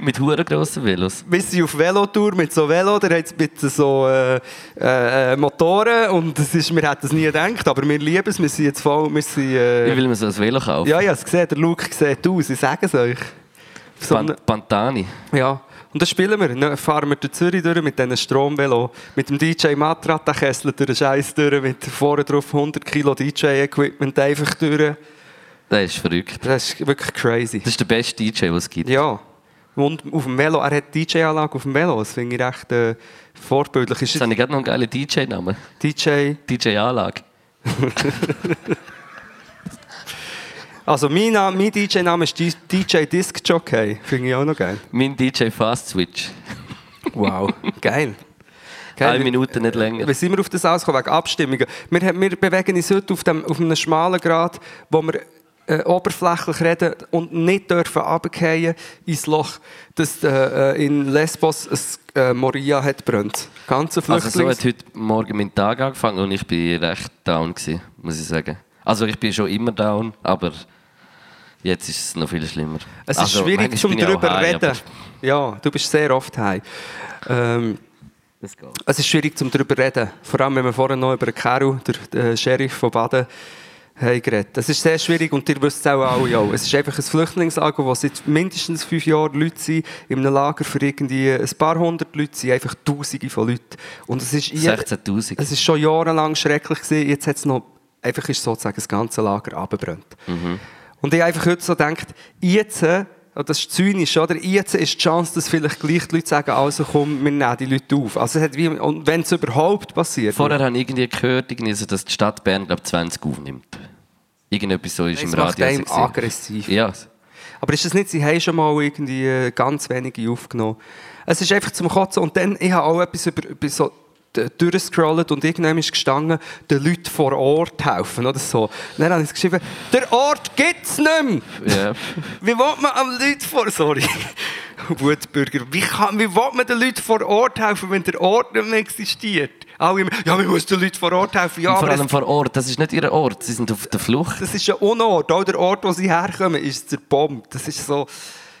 Mit hure grossen Velos.
Wir sind auf Velotour mit so Velo, da hat es bitte so äh, äh, äh, Motoren und es ist, wir hätten es nie gedacht, aber wir lieben es, wir sind jetzt voll, wir sind...
Ich
Äh,
will mir so ein Velo kaufen.
ja, ja, es gesehen, der Luke sieht aus, ich sage es euch. Auf So
Pan
einem-
Pantani.
ja, und dann spielen wir, dann fahren wir durch Zürich durch mit diesen Stromvelo, mit dem DJ Matra, der kesselt durch den Scheiß durch, mit vorne drauf 100 Kilo DJ-Equipment einfach durch.
Der ist verrückt.
Das ist wirklich crazy.
Das ist der beste DJ, den es gibt.
Ja. Und auf dem Velo, er hat DJ-Anlage auf dem Velo, das finde ich recht äh, vorbildlich. Ist
Jetzt habe ich gerade noch einen geilen DJ-Namen.
DJ
DJ Anlage.
Also mein, Name- mein DJ-Name ist DJ Disc Jockey. Finde ich auch noch geil.
Mein DJ Fast Switch.
Wow. geil. Geil.
Eine
Wie-
Minute nicht länger.
Wie sind wir auf das ausgekommen? Wegen Abstimmungen. Wir, haben- wir bewegen uns heute auf, dem, auf einem schmalen Grad, wo wir äh, oberflächlich reden und nicht dürfen runterfallen ins Loch, das äh, äh, in Lesbos ein, äh, Moria hat brennt. Ganze
Also so
Flüchtlings...
hat heute Morgen mein Tag angefangen und ich bin recht down, gewesen, muss ich sagen. Also ich bin schon immer down, aber jetzt ist es noch viel schlimmer.
es ist
also,
schwierig,
manchmal
zum
bin ich auch
darüber
high,
reden.
aber
Ja, du bist sehr oft high. Ähm,
Das geht.
Es ist schwierig, zum darüber zu reden. Vor allem, wenn wir vorhin noch über den Kerl, den äh, Sheriff von Baden, haben geredet. Es ist sehr schwierig und ihr wisst es auch alle. Auch. Es ist einfach ein Flüchtlingslager, wo seit mindestens fünf Jahren Leute sind, in einem Lager für irgendwie ein paar hundert Leute sind, einfach Tausende von Leuten. Und es ist, je-
16'000.
es ist schon jahrelang schrecklich gewesen, jetzt hat es noch, einfach ist sozusagen das ganze Lager abgebrannt. Und ich habe einfach heute so gedacht, jetzt, äh, und das ist zynisch, oder? Jetzt ist die Chance, dass vielleicht gleich die Leute sagen, also komm, wir nehmen die Leute auf. Also es hat wie, und wenn es überhaupt passiert.
Vorher habe ich irgendwie gehört, irgendwie so, dass die Stadt Bern glaub, 20 aufnimmt. Irgendetwas so ist
Das
im
macht
Radio.
einem
gewesen.
aggressiv.
Ja,
Aber ist es nicht, sie haben schon mal irgendwie äh, ganz wenige aufgenommen? Es ist einfach zum Kotzen. Und dann, ich habe auch etwas über, über so d- durchgescrollt und irgendwann ist gestanden, den Leuten vor Ort helfen oder so. Dann habe ich geschrieben, der Ort gibt's nicht mehr.
ja.
Wie will man am Leuten vor... Sorry. Wutbürger. Wie, kann, wie will man den Leuten vor Ort helfen, wenn der Ort nicht mehr existiert? Alle immer, ja, man muss den Leuten vor Ort helfen. Ja,
Und vor
aber es
allem vor Ort, das ist nicht ihr Ort, sie sind auf der Flucht.
das ist ein Unort. Auch der Ort, wo sie herkommen, ist zerbombt. Das ist so,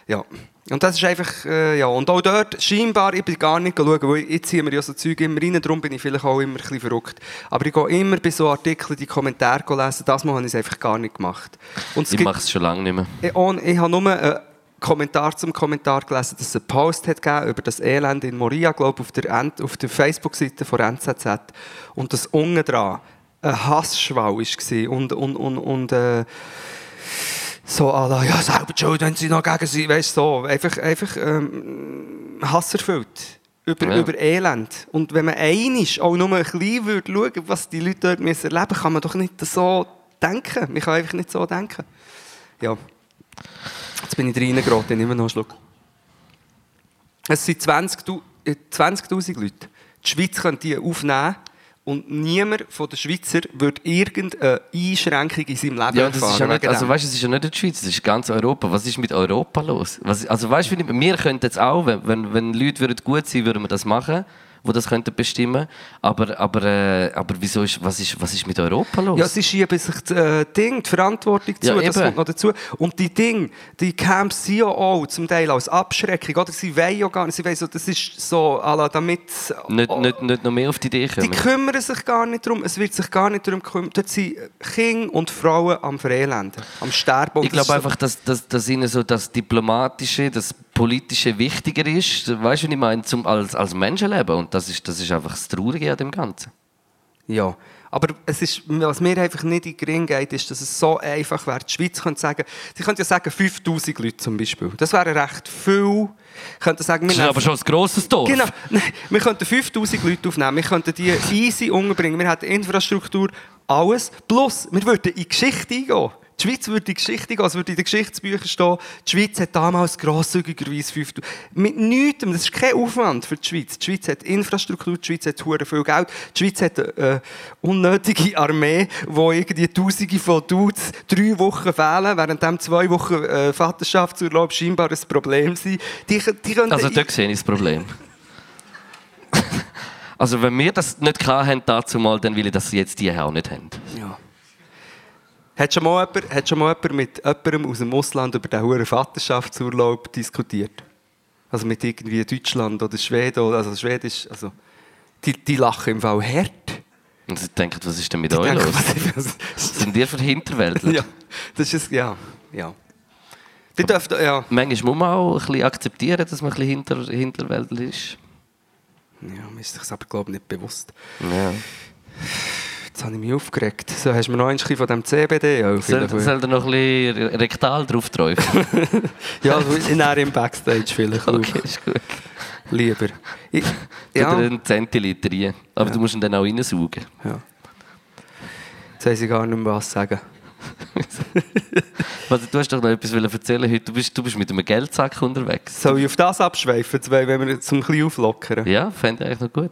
ja. Und das ist einfach, äh, ja. Und auch dort, scheinbar, ich bin gar nicht schauen, weil jetzt ziehen wir ja so Zeug immer rein, darum bin ich vielleicht auch immer ein bisschen verrückt. Aber ich gehe immer bei so Artikeln die Kommentare lesen, das Mal habe ich es einfach gar nicht gemacht. Und es
Ich
gibt-
mache es schon lange nicht mehr.
ich, ohne, ich habe nur einen Kommentar zum Kommentar gelesen, dass es einen Post hat gegeben über das Elend in Moria, glaube auf der, N- auf der Facebook-Seite von NZZ. Und das unten dran ein Hassschwall war. Und, und, und, und äh, so à la, ja, selber die schuld, wenn sie noch gegen sie, weißt du, so. Einfach, einfach ähm, hasserfüllt. Über,
Ja.
über Elend. Und wenn man einig auch nur ein bisschen würde schauen, was die Leute dort müssen erleben müssen, kann man doch nicht so denken. Man kann einfach nicht so denken. Ja. Jetzt bin ich reingeraten, immer noch einen Schluck. Es sind 20.000 äh, 20.000 Leute. Die Schweiz könnte die aufnehmen und niemand von den Schweizer würde irgendeine Einschränkung in seinem Leben
Ja, und das
erfahren.
ist ja nicht,
wegen
also
dem.
weißt, es ist ja nicht in der Schweiz, es ist ganz Europa. Was ist mit Europa los? Was, also weißt, wenn ich, wir könnten jetzt auch, wenn, wenn, wenn Leute würden gut sein würden wir das machen, wo das könnten bestimmen. Aber, aber, äh, aber wieso ist, was, ist, was ist mit Europa los?
ja, sie schieben sich das äh, Ding, die Verantwortung zu,
Ja,
das
eben.
kommt noch dazu. Und die Dinge, die Camps sind ja auch zum Teil als Abschreckung, oder? Sie wollen ja gar nicht, sie wollen so, das ist so, à la, damit...
nicht, nicht, nicht noch mehr auf die Idee
Die
kommen.
kümmern sich gar nicht darum, es wird sich gar nicht darum kümmern. Dort sind Kinder und Frauen am Verelenden, am Sterben. Und
ich
das
glaube
ist
einfach, dass, dass, dass ihnen so das Diplomatische, das Politische wichtiger ist, weißt du, wie ich meine, zum, als, als Menschenleben. Und das ist, das ist einfach das Traurige an dem Ganzen.
so, ja. Aber es ist, was mir einfach nicht in den Gring geht, ist, dass es so einfach wäre. Die Schweiz könnte sagen, sie könnte ja sagen 5000 Leute zum Beispiel. Das wäre recht viel. Könnte sagen, wir
Das ist
nehmen-
aber schon ein grosses Dorf.
Genau. Nein, wir könnten 5000 Leute aufnehmen, wir könnten die easy unterbringen, wir hätten Infrastruktur, alles. Plus, wir würden in die Geschichte eingehen. Die Schweiz würde in die Geschichte gehen, es würde in den Geschichtsbüchern stehen. Die Schweiz hat damals grosszügigerweise 5000. Mit nichts, das ist kein Aufwand für die Schweiz. Die Schweiz hat Infrastruktur, die Schweiz hat hure viel Geld, die Schweiz hat eine äh, unnötige Armee, wo irgendwie Tausende von Dudes drei Wochen fehlen, während dem zwei Wochen äh, Vaterschaftsurlaub scheinbar ein Problem sind. Die, die könnten
Also dort sehe ich das Problem. also wenn wir das nicht hatten dazu mal, dann will ich, dass sie jetzt die auch nicht haben.
Ja. Hat schon mal jemand, hat schon mal jemand mit jemandem aus dem Ausland über den hohen Vaterschaftsurlaub diskutiert? Also mit irgendwie Deutschland oder Schweden, oder- also Schwedisch, also die, die lachen im Fall hart.
Und sie denken, was ist denn mit
Die
euch
denken,
los?
was ist das?
Sind ihr für Hinterwäldler?
ja, das ist, ja, ja. Die dürfen, ja.
Manchmal muss man auch ein bisschen akzeptieren, dass man ein bisschen hinter, Hinterwäldler ist.
Ja, mir ist das aber, glaube ich, nicht bewusst.
Ja.
Jetzt habe ich mich aufgeregt. So, hast du mir noch ein bisschen von dem CBD? Ja,
Soll, soll er noch ein bisschen rektal drauf träufeln?
ja näher im Backstage vielleicht.
Okay, ist gut.
Lieber. Ich,
Oder einen Zentiliter rein. Aber du musst ihn dann auch reinsaugen.
Ja. Jetzt weiß ich gar nicht mehr, was sagen.
Also, du hast doch noch etwas wollen erzählen heute. Du bist, du bist mit einem Geldsack unterwegs.
Soll ich auf das abschweifen, zwei, wenn wir zum bisschen auflockern?
Ja, fände ich eigentlich noch gut.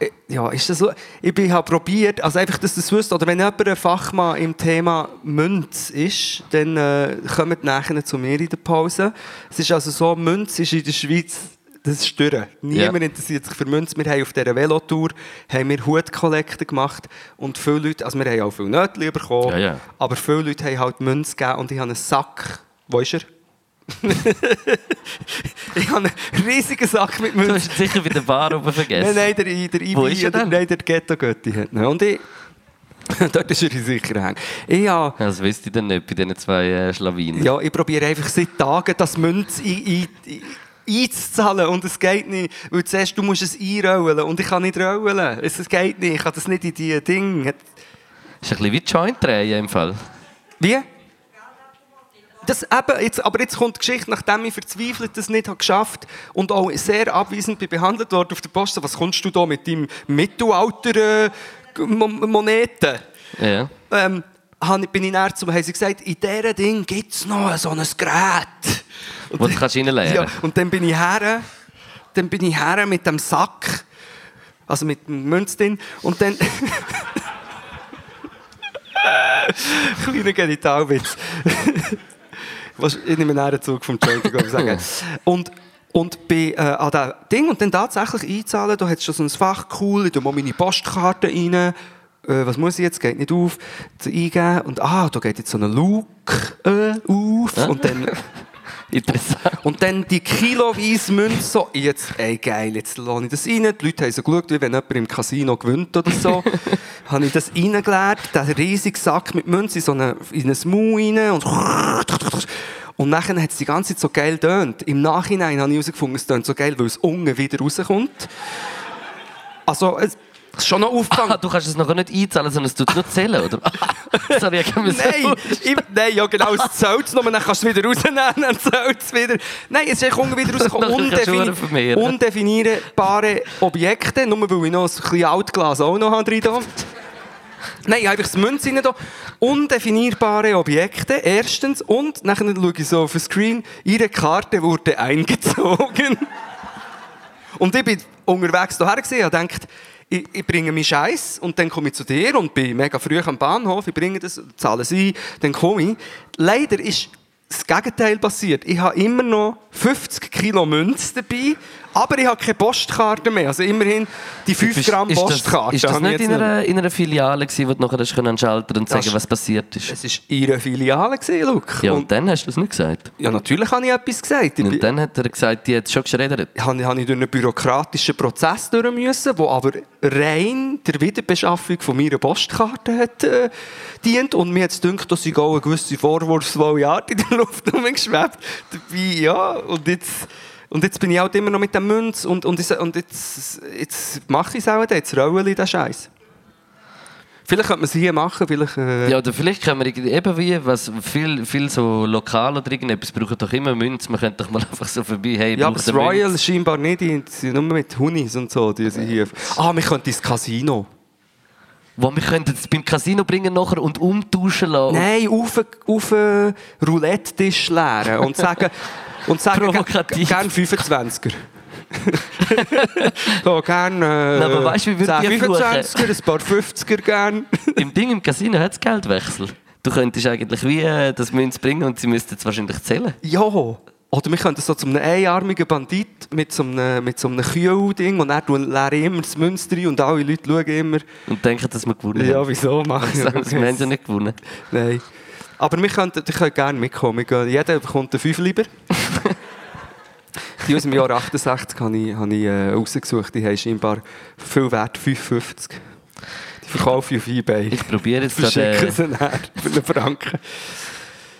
Äh, Ja, ist das so? Ich bin habe probiert, also einfach, dass das wüsst, oder wenn jemand ein Fachmann im Thema Münz ist, dann äh, kommt nachher zu mir in der Pause. Es ist also so, Münz ist in der Schweiz, das ist stören. Niemand
Ja.
interessiert sich für Münz. Wir haben auf dieser Velotour haben wir Hutkollekte gemacht und viele Leute, also wir haben auch viele Nötchen bekommen,
Ja, ja.
aber viele Leute haben halt Münz gegeben und ich habe einen Sack, wo ist er? ich habe einen riesigen Sack mit
Du
Münz.
hast ihn sicher bei der Bar oben vergessen.
Nein, nein, der, I- der IBI,
Wo ist er
oder-
denn?
nein, der Ghetto-Götti hat ihn. Und ich, dort ist er in sicher hängen. Ich habe
Das wisst ihr denn nicht bei diesen zwei äh, Schlawinen.
ja, ich probiere einfach seit Tagen, das Münz ein- ein- ein- einzuzahlen und es geht nicht, weil zuerst du musst es einrollen und ich kann nicht rollen. Es es geht nicht, ich kann das nicht in die Dinge.
Ist ein bisschen wie Joint drehen im Fall.
Wie? Das eben, jetzt, aber jetzt kommt die Geschichte, nachdem ich verzweifelt das nicht habe geschafft und auch sehr abweisend bin behandelt worden auf der Post. Was kommst du da mit deinem Mittelalter äh, Mo- Moneten?
Ja.
ähm, han- bin ich näher zum, haben sie gesagt, in diesem Ding gibt es noch so ein Gerät. Und
Wo du kannst reinleeren.
Ja, und dann bin ich her, dann bin ich her mit dem Sack, also mit dem Münz drin, und dann... Kleiner Genitalwitz. Was- ich nehme einen Zug vom Joint, ich glaube, sagen. Und, und bin äh, an diesem Ding und dann tatsächlich einzahlen, da hat es schon so ein Fach, cool, ich tue mal meine Postkarte rein, äh, was muss ich jetzt, geht nicht auf, zu eingeben und ah, da geht jetzt so ein Luke äh, auf und dann...
Interessant.
Und dann die kiloweise Münze so, jetzt, ey geil, jetzt lasse ich das rein. Die Leute haben so geschaut, wie wenn jemand im Casino gewinnt oder so. habe ich das reingelegt, diesen riesigen Sack mit Münzen in, so eine, in ein Mau rein und und nachher hat es die ganze Zeit so geil tönt. Im Nachhinein habe ich herausgefunden, es tönt so geil, weil es unten wieder rauskommt. Also, es ist schon noch aufgefangen.
Ah, du kannst es noch nicht einzahlen, sondern es tut nur zählen, oder? Sorry, ich habe
Nein, ich, nein, ja genau, es zählt es nur, dann kannst du es wieder rausnehmen, dann zählt es wieder. Nein, es ist echt unten wieder rausgekommen.
Nachher kannst du
Undefini
verdammt vermehren.
undefinierbare Objekte, nur weil ich noch ein bisschen Altglas auch noch drin habe. Nein, ich habe einfach das Münz rein. da. Undefinierbare Objekte, erstens. Und nachher schaue ich so auf den Screen, ihre Karte wurde eingezogen. Und ich bin unterwegs hierher gewesen, habe gedacht, ich, ich bringe meinen Scheiß und dann komme ich zu dir und bin mega früh am Bahnhof, ich bringe das, zahle es ein, dann komme ich. Leider ist das Gegenteil passiert. Ich habe immer noch 50 Kilo Münze dabei, aber ich habe keine Postkarte mehr. Also immerhin die 5 Gramm Postkarte.
Ist das, ist das
habe ich
nicht
jetzt
in einer, in einer Filiale, gewesen, wo du nachher hast können an den Schalter und sagen
ist-
was passiert ist?
Es war ihre Filiale, gewesen, Luke.
Ja, und,
und,
dann hast du es nicht gesagt.
ja, natürlich habe ich etwas gesagt. Ich bin-
Und dann hat er gesagt, die hat schon geschreddert.
habe habe ich durch einen bürokratischen Prozess durch müssen, der aber rein der Wiederbeschaffung von meiner Postkarte hat, äh, dient. Und mir hat es gedacht, dass ich auch eine gewisse vorwurfsvolle Art in der Luft rumgeschwebt. Dabei, ja, und jetzt... Und jetzt bin ich halt immer noch mit der Münz und, und, ich- und jetzt, jetzt mache ich es auch, nicht, jetzt rolle ich den Scheiß. Vielleicht könnte man es hier machen, vielleicht... Äh,
Ja, oder vielleicht können wir irgendwie- eben wie, was viel, viel so lokal oder irgendetwas brauchen doch immer Münze. Man könnte doch mal einfach so vorbei, hey,
Ja, aber
braucht
das
eine Münze?
Royal scheinbar nicht, die sind nur mit Hunis und so, die sind hier. Ah, wir könnten ins Casino.
Wo wir könnten es beim Casino bringen nachher und umtauschen lassen.
Nein, auf, auf einen Roulette-Tisch leeren und sagen, und sagen
Provokativ.
gern 25er. so, gern äh,
Nein, aber weißt du, wie würde
10
ich fluchen?
25er, ein paar 50er gern.
Im Ding im Casino hat es Geldwechsel. Du könntest eigentlich wie äh, das Münz bringen und sie müssten es wahrscheinlich zählen.
ja. Oder wir könnten so zu einem einarmigen Bandit mit so einem, mit so einem Kühl-Ding und er leert immer das Münster rein und alle Leute schauen immer.
Und denken, dass wir gewonnen haben.
wieso machen
Das haben wir haben ja nicht gewonnen.
Nein. Aber wir könnten, ihr könnt gerne mitkommen. Wir gehen, jeder bekommt einen Fünfliber. die aus dem Jahr 68 habe ich, habe ich äh, rausgesucht. Die haben scheinbar viel wert, 5,50. Die verkaufe ich auf Ebay.
Ich probiere jetzt da
Verschicke
den,
sie nachher für einen Franken.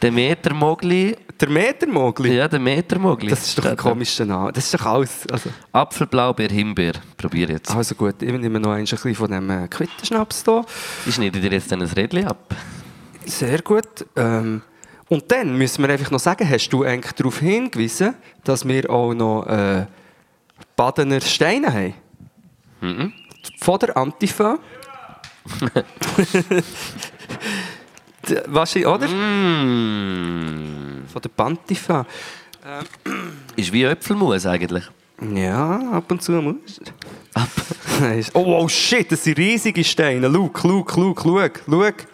den Metermogli.
Der Metermogli,
Ja, den Metermogli.
das ist doch ein komischer Name. Das ist doch alles. Also,
Apfel, Blaubeer, Himbeer. Probier jetzt.
also gut, ich nehme noch ein bisschen von dem äh, Quittenschnaps hier.
Ich schneide dir jetzt dann ein Rädchen ab.
Sehr gut. Ähm, und dann müssen wir einfach noch sagen, hast du eigentlich darauf hingewiesen, dass wir auch noch äh, Badener Steine haben? Von der Antifa. D- Wahrscheinlich, oder?
Mhm. Mm.
Von der Pantifa.
Ist wie Äpfelmus eigentlich.
Ja, ab und zu muss. Ab. oh, wow, shit, das sind riesige Steine. Luke, Luke, Luke, Luke, Luke.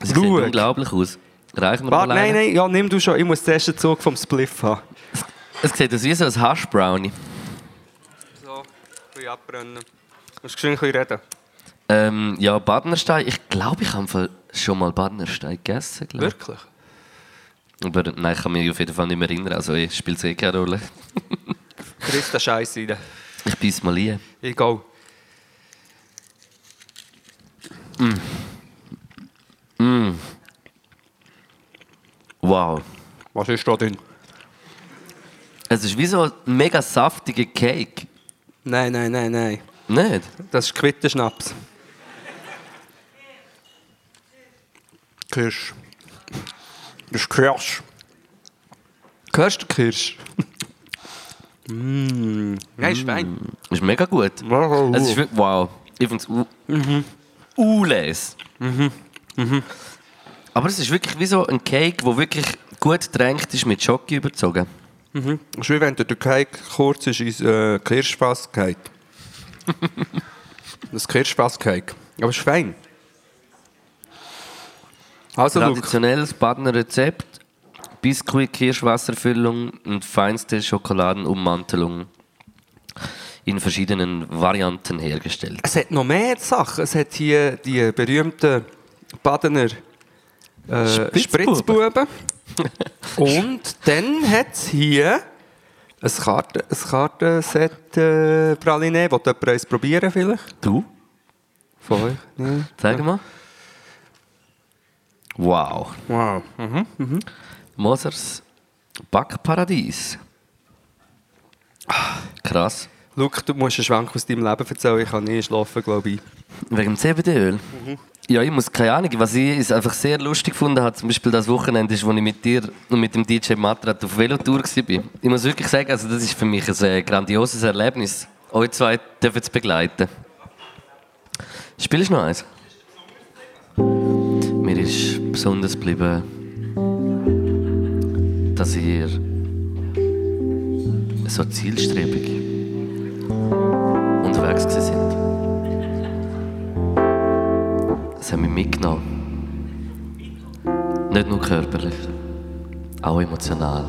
Sie sieht
Schau.
unglaublich aus. Reichen wir mal
Warte, nein,
einen?
nein, ja, nimm du schon. Ich muss den ersten Zug vom Spliff haben.
Es sieht aus wie so ein Hash-Brownie.
So, ein bisschen abbrennen. Du musst schön ein bisschen reden.
Ähm, ja, Badnerstein. Ich glaube, ich habe im Fall schon mal Badnerstein gegessen. glaub ich.
Wirklich?
Aber nein, ich kann mich auf jeden Fall nicht mehr erinnern. Also, ich spiele eh keine Rolle.
Friss den Scheiß rein.
Ich beiß mal ein.
Egal.
Wow.
Was ist da drin?
Es ist wie so ein mega saftiger Cake.
Nein, nein, nein, nein.
Nicht?
Das ist Quittenschnaps. Kirsch. Das ist Kirsch. Hörst du Kirsch? Mmh. Nein, ist fein.
Ist mega gut. Also, Es ist wirklich, wow. Ich finde es mhm. Mhm. ules. Aber es ist wirklich wie so ein Cake, der wirklich gut getränkt ist mit Schoki überzogen.
Es ist wie wenn der Türkei kurz ist ins äh, Kirschfass geht. das Kirschfass geht.
Aber ist fein. Also, Luke.
Traditionelles Badner Rezept. Biskuit, Kirschwasserfüllung und feinste Schokoladenummantelung in verschiedenen Varianten hergestellt.
Es hat noch mehr Sachen. Es hat hier die berühmten Badener äh,
Spritzbuben.
Spritzbuben. Und dann hat es hier ein, Karten, ein Kartenset äh, Praline. Wollt jemand eins probieren vielleicht?
Du?
Von euch? Nein.
Zeig mal. Wow.
Wow.
Mosers Backparadies. Ah, Krass.
Luke, du musst einen Schwank aus deinem Leben erzählen. Ich kann nie schlafen, glaube ich.
Wegen dem CBD-Öl? Ja, ich muss keine Ahnung. Was ich es einfach sehr lustig gefunden habe, zum Beispiel das Wochenende, ist, wo ich mit dir und mit dem DJ Matrat auf Velotour war. Ich muss wirklich sagen, also das ist für mich ein äh, grandioses Erlebnis, euch zwei dürfen zu begleiten. Spielst du noch eins? Mir ist besonders geblieben, dass ihr so zielstrebig unterwegs gewesen sind. Das haben wir mitgenommen. Nicht nur körperlich, auch emotional.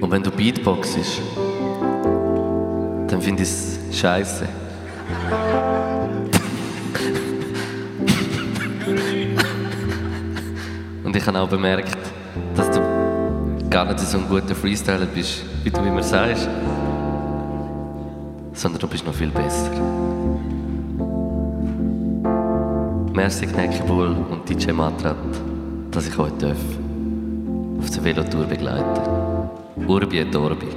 Und wenn du Beatboxest, dann finde ich es scheiße. Und ich habe auch bemerkt, dass du gar nicht so ein guter Freestyler bist, wie du immer sagst, sondern du bist noch viel besser. Merci Knäckebull und DJ Matrat, dass ich euch darf auf der Velotour begleiten Urbi et Orbi.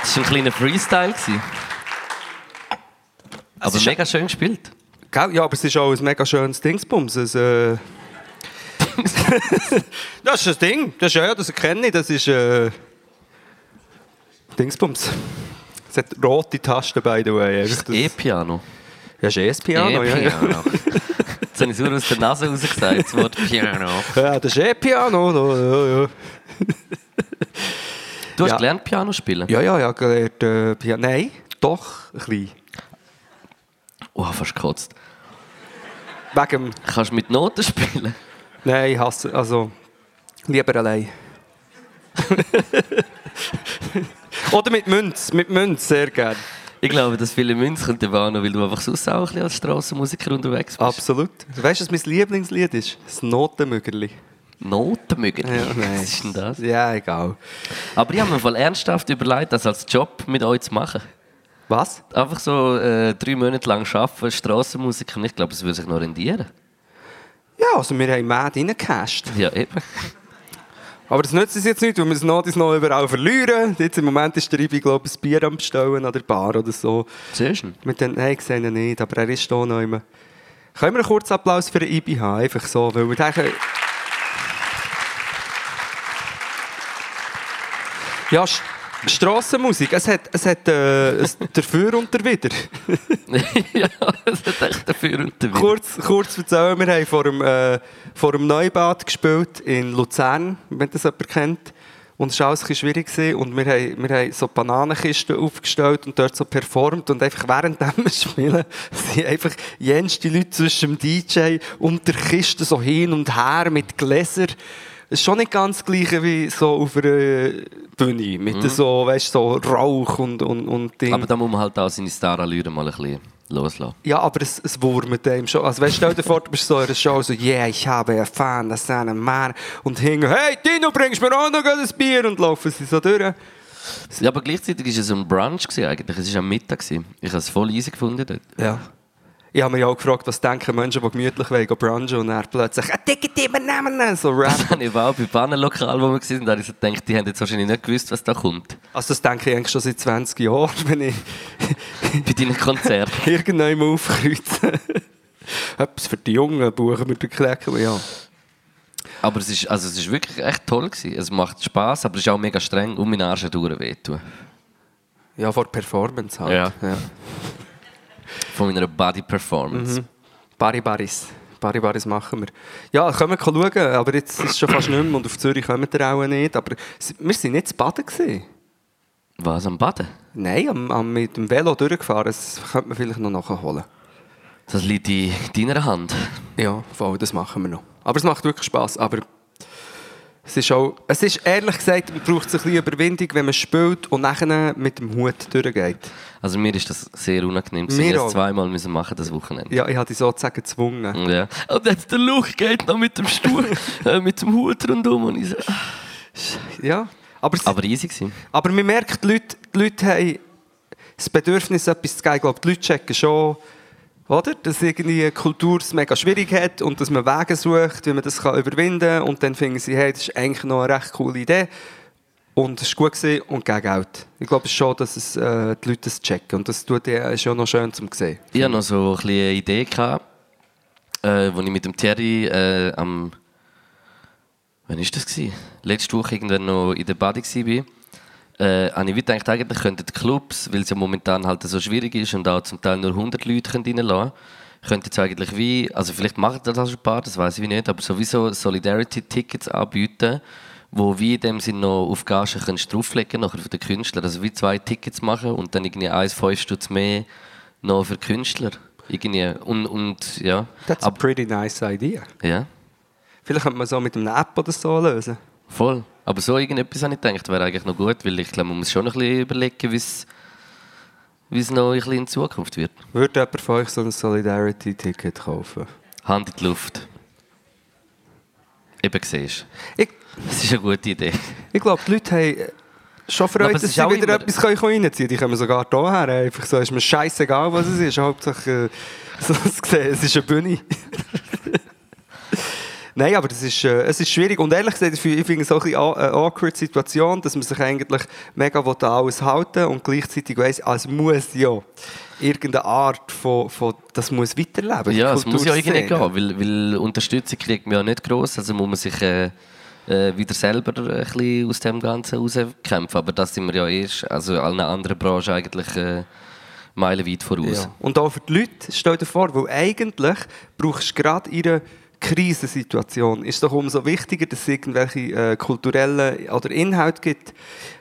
Das war ein kleiner Freestyle. gewesen. Aber
ist-
mega schön gespielt.
Gell? Ja, aber es ist auch ein mega schönes Dingsbums. Es, äh... das ist ein Ding. Das ist ja, das erkenne ich. Das ist äh... Dingsbums. Es hat rote Tasten, by the way.
Das ist
Das-
E-Piano.
Ja, ist eh ein Piano. Ja, ja.
E-Piano. Jetzt habe ich es nur aus der Nase rausgesagt, das Wort Piano.
ja, das ist eh Piano. Ja, ja,
Du hast
Ja.
gelernt, Piano spielen?
ja, ja, ja gelernt. Äh, Piano. Nein, doch, ein bisschen.
Oh, fast gekotzt.
Wegen dem...
Kannst du mit Noten spielen?
Nein, ich hasse... Also, lieber allein. Oder mit Münz. Mit Münz, sehr gerne.
Ich glaube, dass viele Münzen könnten warnen, weil du einfach sonst auch ein bisschen als Strassenmusiker unterwegs bist.
Absolut. Weißt du, was mein Lieblingslied ist? Das Notenmüggerli.
Noten mögen.
Ja, nein.
Was ist denn das?
Ja, egal.
Aber ich habe mir voll ernsthaft überlegt, das als Job mit euch zu machen.
Was?
Einfach so äh, drei Monate lang arbeiten, Strassenmusiker. Ich glaube, es würde sich noch rendieren.
Ja, also wir haben Mad reingecasht.
Ja, eben.
Aber das nützt uns jetzt nicht, weil wir das Notis noch überall verlieren. Jetzt im Moment ist der Ibi, glaube ich, ein Bier am Bestellen an der Bar oder so.
Siehst du?
Mit den, nein, ich sehe ihn nicht, aber er ist hier noch immer. Können wir einen kurzen Applaus für den Ibi haben? Einfach so, weil wir denken... Ja, Sch Strassenmusik. Es hat, es hat äh, es dafür und dawider.
ja, das hat echt dafür und dafür.
Kurz, kurz erzählen, wir haben vor dem, äh, vor dem Neubad gespielt in Luzern, wenn das jemand kennt. Und es war alles ein bisschen schwierig. gewesen. Und wir haben, wir haben so Bananenkisten aufgestellt und dort so performt. Und einfach während dem Spielen sind einfach jenste Leute zwischen dem DJ und der Kiste so hin und her mit Gläsern. Es ist schon nicht ganz das Gleiche wie so auf einer Bühne. Mit so, weißt, so Rauch und, und, und Ding.
Aber da muss man halt auch seine Star-Allüren mal ein bisschen loslassen.
Ja, aber es, es wurmt einem schon. Also, weißt, stell dir vor, du bist so in einer Show so, yeah, ich habe erfahren, dass ein Mann und hing, hey, Dino, bringst mir auch noch ein Bier und laufen sie so durch.
Ja, aber gleichzeitig war es ein Brunch gewesen eigentlich. Es war am Mittag. Gewesen. Ich habe es voll easy gefunden dort.
Ja. Ich habe mich auch gefragt, was denken Menschen, die gemütlich wollen, gehen brunchen und dann plötzlich, ein Ticket übernehmen, so rap.
Dann ich war auch bei Pannenlokal, wo wir waren, da habe ich so gedacht, die haben jetzt wahrscheinlich nicht gewusst, was da kommt.
Also, das denke ich eigentlich schon seit 20 Jahren, wenn ich
Bei deinen Konzerten.
irgendwann aufkreuze. Etwas für die Jungen buchen wir den Klecken, ja.
Aber es ist, also es ist wirklich echt toll. Gewesen. Es macht Spass, aber es ist auch mega streng und mein Arsch hat verdammt wehtun.
Ja, vor Performance halt.
Ja.
ja.
Von meiner Body-Performance.
Baribaris. Baribaris machen wir. Ja, können wir schauen, aber jetzt ist es schon fast nicht mehr und auf Zürich kommen wir auch nicht. Aber s- wir waren nicht zu baden. Gewesen.
Was, am Baden?
Nein, am, am mit dem Velo durchgefahren, das könnte man vielleicht noch nachholen.
Das liegt in deiner Hand.
Ja, voll, das machen wir noch. Aber es macht wirklich Spass, aber es ist auch, es ist ehrlich gesagt, man braucht es ein bisschen Überwindung, wenn man spielt und nachher mit dem Hut durchgeht.
Also mir ist das sehr unangenehm. gewesen.
Mir
Ich habe
auch.
es zweimal müssen machen das Wochenende.
Ja, ich habe dich sozusagen gezwungen.
Ja. Und jetzt der Luch geht noch mit dem Stuhl, äh, mit dem Hut rundum und ich so, ah.
Ja, aber es
Aber easy gewesen.
Aber man merkt, die Leute, die Leute haben das Bedürfnis, etwas zu geben. Ich glaube, die Leute checken schon, oder? dass irgendwie eine Kultur es mega schwierig hat und dass man Wege sucht, wie man das kann überwinden kann. Und dann finden sie, hey, das ist eigentlich noch eine recht coole Idee. Und es war gut gewesen und gegen Geld. Ich glaube schon, dass es, äh, die Leute das checken. Und das tut ja schon noch schön zum sehen.
Ich hatte noch so ein bisschen eine Idee, gehabt, äh, wo ich mit dem Thierry äh, am. Wann war das? Gewesen? Letzte Woche irgendwann noch in der Body war. Äh, habe ich wie gedacht, eigentlich könnten die Clubs, weil es ja momentan halt so schwierig ist und auch zum Teil nur 100 Leute können reinlassen können, könnten jetzt eigentlich wie, also vielleicht machen das auch schon ein paar, das weiß ich wie nicht, aber sowieso Solidarity-Tickets anbieten, wo wie in dem Sinne noch auf Gagen kannst drauflegen nachher für den Künstler. Also wie zwei Tickets machen und dann irgendwie 1,5 Stutz mehr noch für Künstler. Irgendwie. Und, und ja.
That's a
Ab-
pretty nice idea.
ja,
Vielleicht könnte man so mit einer App oder so lösen.
voll. Aber so irgendetwas habe ich gedacht, wäre eigentlich noch gut, weil ich glaube, man muss schon ein bisschen überlegen, wie es wie es noch ein bisschen in Zukunft wird.
Würde jemand von euch so ein Solidarity-Ticket kaufen?
Hand in die Luft. Eben siehst
Ich
Das ist eine gute Idee.
Ich glaube, die Leute haben schon Freude,
Aber es
dass
ist
sie
auch
wieder
immer-
etwas können reinziehen können. Die kommen sogar hierher. Einfach so ist mir scheißegal, was es ist. Hauptsache, äh, so zu sehen, es ist eine Bühne. Nein, aber das ist, äh, es ist schwierig. Und ehrlich gesagt, ich finde ich finde es auch ein bisschen a- eine awkward Situation, dass man sich eigentlich mega will an alles halten und gleichzeitig weiss, ah, es muss ja irgendeine Art von, von das muss weiterleben. die
Ja, es muss ja
Kulturszene.
irgendwie gehen, weil, weil Unterstützung kriegt man ja nicht gross, also muss man sich äh, äh, wieder selber ein bisschen aus dem Ganzen rauskämpfen. Aber das sind wir ja erst, also allen anderen Branchen eigentlich äh, meilenweit voraus.
Ja. Und auch für die Leute, stell dir vor, weil eigentlich brauchst du gerade in einer Krisensituation, ist doch umso wichtiger, dass es irgendwelche äh, kulturellen oder Inhalte gibt,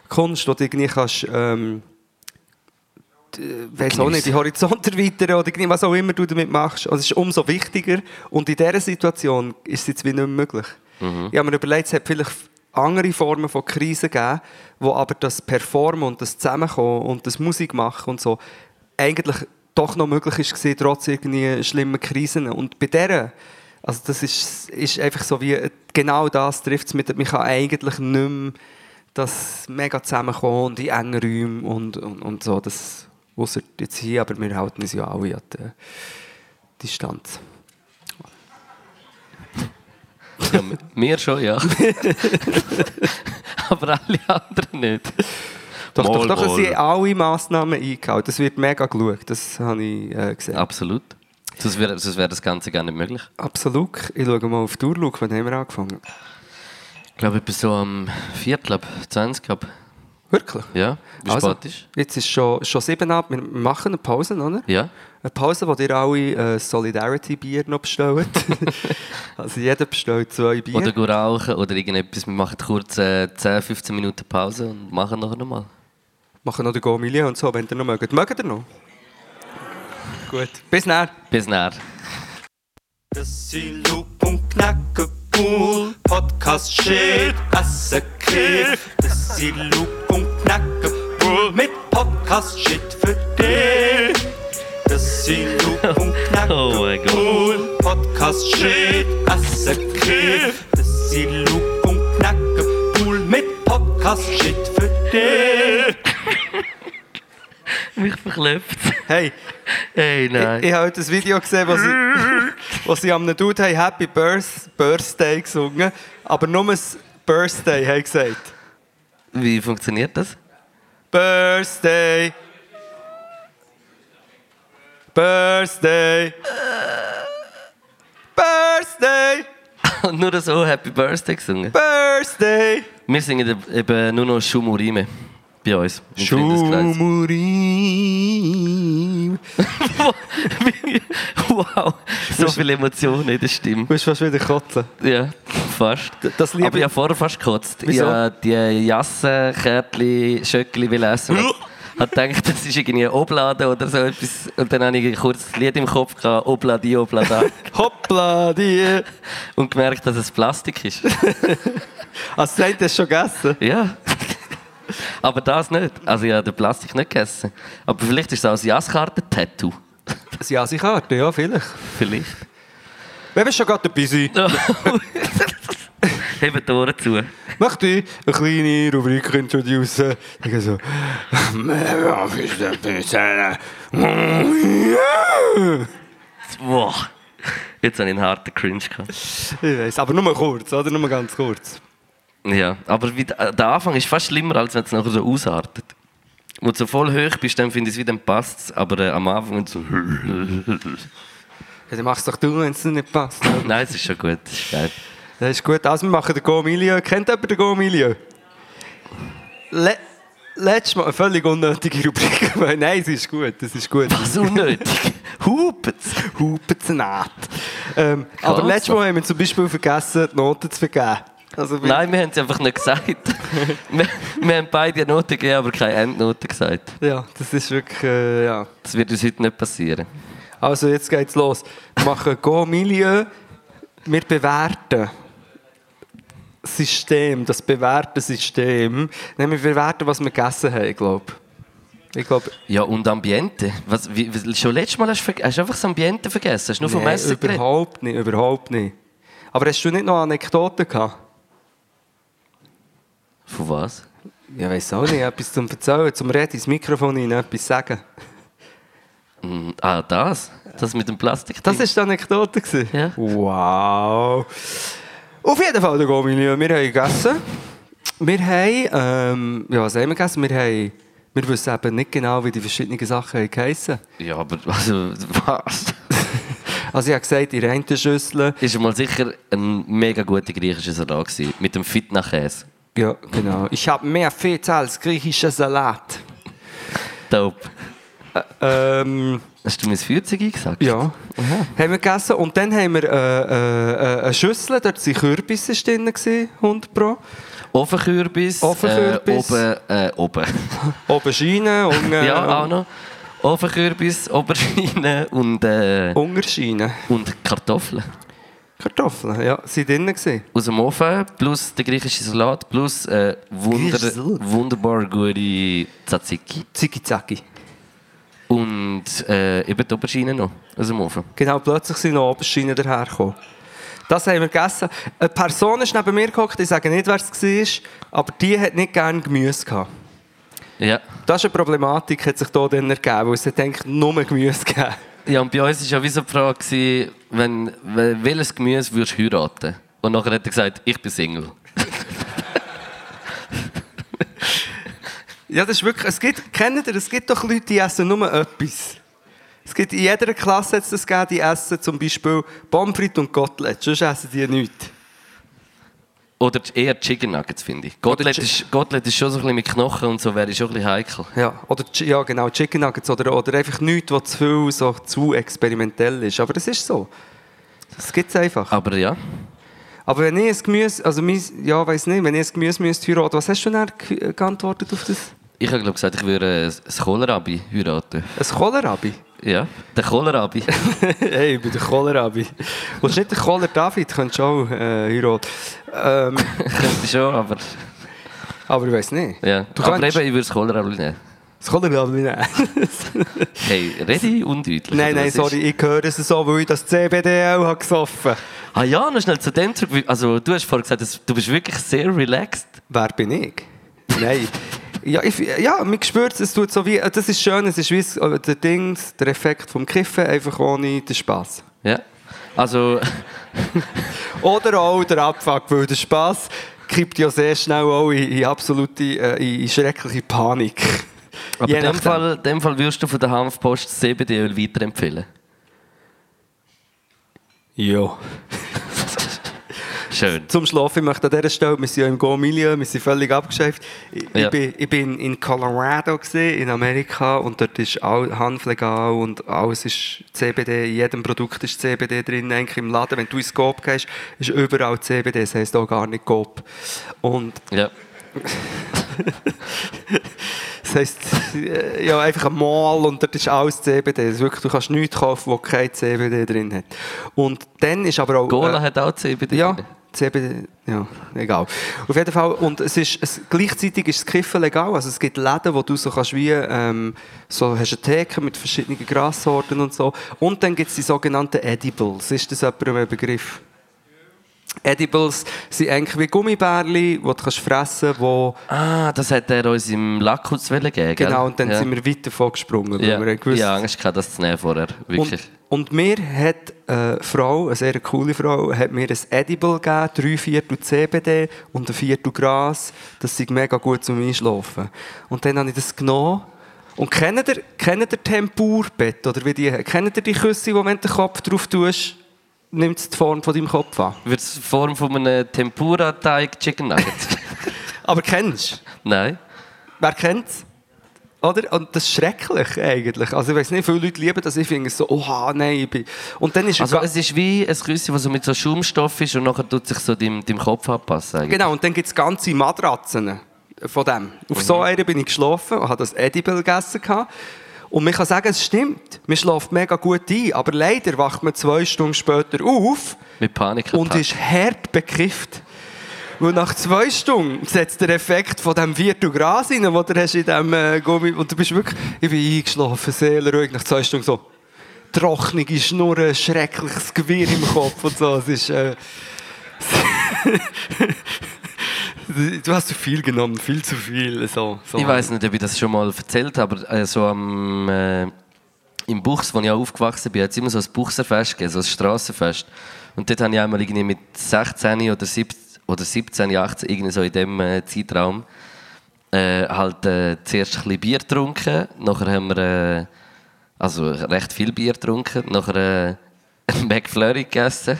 Kunst, die du irgendwie kannst, ähm, weiß auch nicht, die Horizont erweitern oder irgendwie, was auch immer du damit machst. Also es ist umso wichtiger und in dieser Situation ist es jetzt wie nicht mehr möglich. Ich habe mir überlegt, es hat vielleicht andere Formen von Krisen gegeben, wo aber das Performen und das Zusammenkommen und das Musik machen und so eigentlich doch noch möglich ist gewesen, trotz irgendwie schlimmen Krisen. Und bei dieser, also das ist, ist einfach so wie, genau das trifft es mit, man kann eigentlich nicht mehr das mega zusammenkommen und in engen Räumen und, und, und so. Das, ausser jetzt hier, aber wir halten uns ja alle an die äh, Distanz.
Ja, m- mir schon, ja. Aber alle anderen nicht.
Doch,
Mal,
doch, doch, es
mal.
sind alle Massnahmen eingehalten. Das wird mega geschaut, das habe ich äh, gesehen.
Absolut. Sonst wäre sonst wär das Ganze gar nicht möglich.
Absolut. Ich schaue mal auf die Uhr, schau, wann haben wir angefangen?
Ich glaube, ich bin so am 4, glaub, 20 ab.
Wirklich?
Ja? Wie
Also,
spät ist?
Jetzt ist schon, schon sieben ab. Wir machen eine Pause, oder?
Ja?
Eine Pause, wo ihr alle äh, Solidarity-Bier noch bestellt. also jeder bestellt zwei Bier.
Oder gehen rauchen oder irgendetwas. Wir machen kurz äh, 10, 15 Minuten Pause und machen nachher nochmal.
machen noch den Go Million und so, wenn ihr noch mögt. Mögt ihr noch? Gut. Bis dann.
Bis näher.
Das sind Lup und Knackepool, Podcast Shit, Assekiff. Das sind Lup und Knackepool mit Podcast Shit für dich. Das sind Lup und
Oh mein Gott.
Knackepool, Podcast Shit, Assekiff. Das sind Lup und Knackepool mit Podcast Shit für dich.
Mich verklopft.
Hey,
Hey, nein.
ich, ich habe heute ein Video gesehen, wo sie, wo sie am Dude haben Happy Birth, Birthday gesungen aber nur ein Birthday haben gesagt.
Wie funktioniert das?
Birthday. Birthday. Birthday.
Und nur so Happy Birthday gesungen.
Birthday.
Wir singen eben nur noch Schumurime bei uns. im Freundeskreis.
Schumurim.
wow, so viele Emotionen in der Stimme.
Du musst fast wieder kotzen.
Ja, fast.
das liebe
Aber ich habe vorher fast gekotzt.
Wieso?
Ich habe die Jassen, Kärtchen, Schöckli will essen. Ich habe gedacht, das ist irgendwie ein Obladen oder so etwas. Und dann habe ich kurz das Lied im Kopf gehabt, Obladi, Oblada.
Hoppla, die. äh,
und gemerkt, dass es Plastik ist.
Hast du das schon gegessen?
Ja. Aber das nicht. Also ich habe den Plastik nicht gegessen. Aber vielleicht ist es auch ein Jasskarte-Tattoo.
Ja, sie Karte, ja, vielleicht.
Vielleicht.
Wenn wir schon gerade dabei sind,
Heben die Ohren zu.
möchte ich eine kleine Rubrik introducen. Ich so.
Wow. Jetzt habe ich einen harten Cringe gehabt.
Ich weiß, aber nur kurz, oder? Nur ganz kurz.
Ja, aber wie, der der Anfang ist fast schlimmer, als wenn es nachher so ausartet. Wo du so voll hoch bist, dann finde ich es wieder, dann passt es. Aber äh, am Anfang und so...
Ja, dann mach's doch du, wenn es nicht passt.
Nein, es ist schon gut. Das ist geil.
Das ist gut. Also, wir machen den Go Milieu. Kennt jemand den Go Milieu? Le Letztes Mal eine völlig unnötige Rubrik. aber Nein, es ist gut. Das ist gut.
Was unnötig. Hupet's.
Hupenzenat. Ähm, aber
Krass.
letztes Mal haben wir zum Beispiel vergessen, die Noten zu vergeben. Also, wir-
Nein, wir haben es einfach nicht gesagt. wir, wir haben beide eine Note gegeben, aber keine Endnote gesagt.
Ja, das ist wirklich. Äh, ja.
Das wird uns heute nicht passieren.
Also, jetzt geht's los. Wir machen Go Milieu. Wir bewerten. das System, das bewährte System. Nein, wir bewerten, was wir gegessen haben, glaube ich. Ich glaube,
Ja, und Ambiente. Was, wie, wie- schon letztes Mal hast du, verge- hast du einfach das Ambiente vergessen. Hast du nur Also, vom
Nein,
Essen geredet?
überhaupt nicht, überhaupt nicht. Aber hast du nicht noch Anekdoten gehabt?
Von was?
Ja, weiß auch nicht. Etwas zum Erzählen, zum Reden, ins Mikrofon rein, etwas sagen.
Hm, Ah, das? Das mit dem Plastik?
Das war die Anekdote. gewesen?
Ja.
Wow. Auf jeden Fall, der Gomilieu. Wir haben gegessen. Wir haben, ähm, ja, was haben wir gegessen? Wir haben, wir wissen eben nicht genau, wie die verschiedenen Sachen haben geheissen.
Ja, aber also, was?
Also ich habe gesagt, in der einen Schüssel.
Ist mal sicher ein mega guter griechischer Salat gewesen, mit dem Fitnachkäse.
Ja, genau. Ich habe mehr Feta als griechischer Salat.
Dope.
Ähm...
Hast du mein Feuerzeug eingesagt?
Ja. Haben wir gegessen und dann haben wir äh, äh, äh, eine Schüssel, dort waren Kürbisse drin, gewesen, 100 pro.
Ofenkürbis.
Ofenkürbis.
Äh, oben. Äh, oben.
Oben Schiene, unten,
ja, auch
ja,
noch. Ofenkürbis, Oberschiene und, äh,
Schiene.
und Kartoffeln.
Kartoffeln, ja, sie waren drin. gewesen.
Aus dem Ofen, plus der griechische Salat, plus äh, wunder,
Griechischer Salat.
wunderbar gute Tzatziki.
Zigizagi.
Und äh, eben die Oberschiene noch, aus dem Ofen.
Genau, plötzlich sind noch Oberschiene dahergekommen. Das haben wir gegessen. Eine Person ist neben mir gehockt, ich sage nicht, wer es war, aber die hat nicht gerne Gemüse gehabt.
Ja.
Das ist eine Problematik, hat sich hier dann ergeben, weil es hat eigentlich nur Gemüse gegeben.
Ja, und bei uns war ja wie so die Frage, gewesen, wenn, wel- welches Gemüse würdest du heiraten? Und nachher hat er gesagt, ich bin Single.
Ja, das ist wirklich. Es gibt, kennt ihr, es gibt doch Leute, die essen nur etwas. Es gibt in jeder Klasse jetzt das gegeben, die essen zum Beispiel Pommes frites und Kotelett. Sonst essen die nichts.
Oder eher Chicken Nuggets, finde ich. Gottlet
Chi-
ist, Gottlet ist schon so ein bisschen mit Knochen und so, wäre ich schon ein bisschen heikel.
Ja, oder, Chi- ja, genau, Chicken Nuggets oder, oder einfach nichts, was zu viel so zu experimentell ist. Aber das ist so. Das gibt es einfach.
Aber ja,
Aber wenn ich ein Gemüse, also mein, ja, weiß nicht, wenn ich ein Gemüse müsste heiraten, was hast du denn ge- geantwortet auf das?
ich habe glaub, gesagt, ich würde äh, ein Kohlrabi heiraten.
Ein Kohlrabi?
Ja, der Kohlrabi.
hey, ich bin der Kohlrabi. Willst du nicht der Kohler David, könntest du auch äh, heiraten. Ähm,
Könnte schon, aber...
aber ich weiß nicht.
Ja.
Du
aber eben, ich
könntest-
würde das Kohlrabi nehmen.
Das Kohlrabi nehmen.
Hey, rede ich undeutlich?
nein,
oder
nein,
was
sorry,
ist?
ich höre es so, weil ich das CBDL habe gesoffen habe.
Ah ja, noch schnell zu dem zurück. weil- Also, du hast vorhin gesagt, dass- du bist wirklich sehr relaxed.
Wer bin ich? Nein. Ja, ich, ja, man spürt es, es tut so wie, das ist schön, es ist wie es- äh, der Dings, der Effekt vom Kiffen, einfach ohne den Spass.
Ja. Also,
Oder auch der Abfuck, weil der Spass kippt ja sehr schnell auch in, in absolute, äh, in, in schreckliche Panik.
aber
Je
in dem
nachdem.
Fall, in dem Fall würdest du von der Hanfpost das CBD-Öl weiterempfehlen.
Ja.
Schön.
Zum Schlafen, ich möchte an dieser Stelle, wir sind ja im Go-Milieu, wir sind völlig abgeschäft. Ich,
Ja.
ich, bin, ich bin in Colorado, gewesen, in Amerika, und dort ist all- Hanf legal und alles ist CBD, in jedem Produkt ist CBD drin, eigentlich im Laden. Wenn du ins Coop gehst, ist überall CBD, das heisst auch gar nicht Coop. Und
Ja.
das heisst, äh, ja, einfach ein Mall und dort ist alles CBD. Das ist wirklich, du kannst nichts kaufen, das kein CBD drin hat. Und dann ist aber auch...
Gola
äh,
hat auch CBD.
Ja,
drin.
CBD, ja, egal. Auf jeden Fall, und es ist, es, gleichzeitig ist das Kiffen legal, also es gibt Läden, wo du so kannst wie, ähm, so hast eine Theke mit verschiedenen Grassorten und so. Und dann gibt es die sogenannten Edibles, ist das jemandem ein Begriff? Edibles sind eigentlich wie Gummibärli, die du kannst fressen kannst,
Ah, das hat er uns im Lackhutz gegeben. gell?
genau, und dann
ja.
sind wir weit davon gesprungen, weil
Ja,
wir haben gewusst,
ich habe Angst gehabt, das zu nehmen vorher. Wirklich.
Und, und mir hat äh, eine Frau, eine sehr coole Frau, hat mir ein Edible gegeben, drei Viertel CBD und ein Viertel Gras. Das sind mega gut zum Einschlafen. Und dann habe ich das genommen. Und kennt ihr, kennt ihr Tempurbett? Oder wie die, kennt ihr die Küsse, wo wenn du den Kopf drauf tust, nimmt es die Form von deinem Kopf an?
Wird es in Form von einem Tempura-Teig Chicken Nuggets?
Aber kennst du?
Nein.
Wer kennt's? Oder? Und das ist schrecklich eigentlich. Also ich weiß nicht, viele Leute lieben das. Ich finde es so, oha, nein, ich bin... Und dann ist
Also
egal-
es ist wie ein Küsschen, das so mit so Schaumstoff ist und nachher tut sich so deinem, deinem Kopf anpassen. Eigentlich.
Genau, und dann gibt es ganze Matratzen äh, von dem. Auf so einer bin ich geschlafen und habe das Edible gegessen. gehabt. Und man kann sagen, es stimmt. Man schläft mega gut ein, aber leider wacht man zwei Stunden später auf
Mit Panik.
und ist hart bekifft. Weil nach zwei Stunden setzt der Effekt von dem Viertel Gras rein, den du hast in diesem äh, Gummi Und du bist wirklich, ich bin eingeschlafen, seelenruhig, nach zwei Stunden so trocknige Schnurren, schreckliches Gewirr im Kopf und so. Es ist... Äh, du hast zu viel genommen, viel zu viel. So, so.
Ich weiß nicht, ob ich das schon mal erzählt habe, aber äh, so am, äh, im Buchs, wo ich auch aufgewachsen bin, hat es immer so ein Buchserfest gegeben, so ein Strassenfest. Und dort habe ich einmal irgendwie mit 16 oder 17, oder 17 18, irgendwie so in diesem äh, Zeitraum, äh, halt äh, zuerst ein bisschen Bier getrunken, nachher haben wir äh, also recht viel Bier getrunken, nachher äh, einen McFlurry gegessen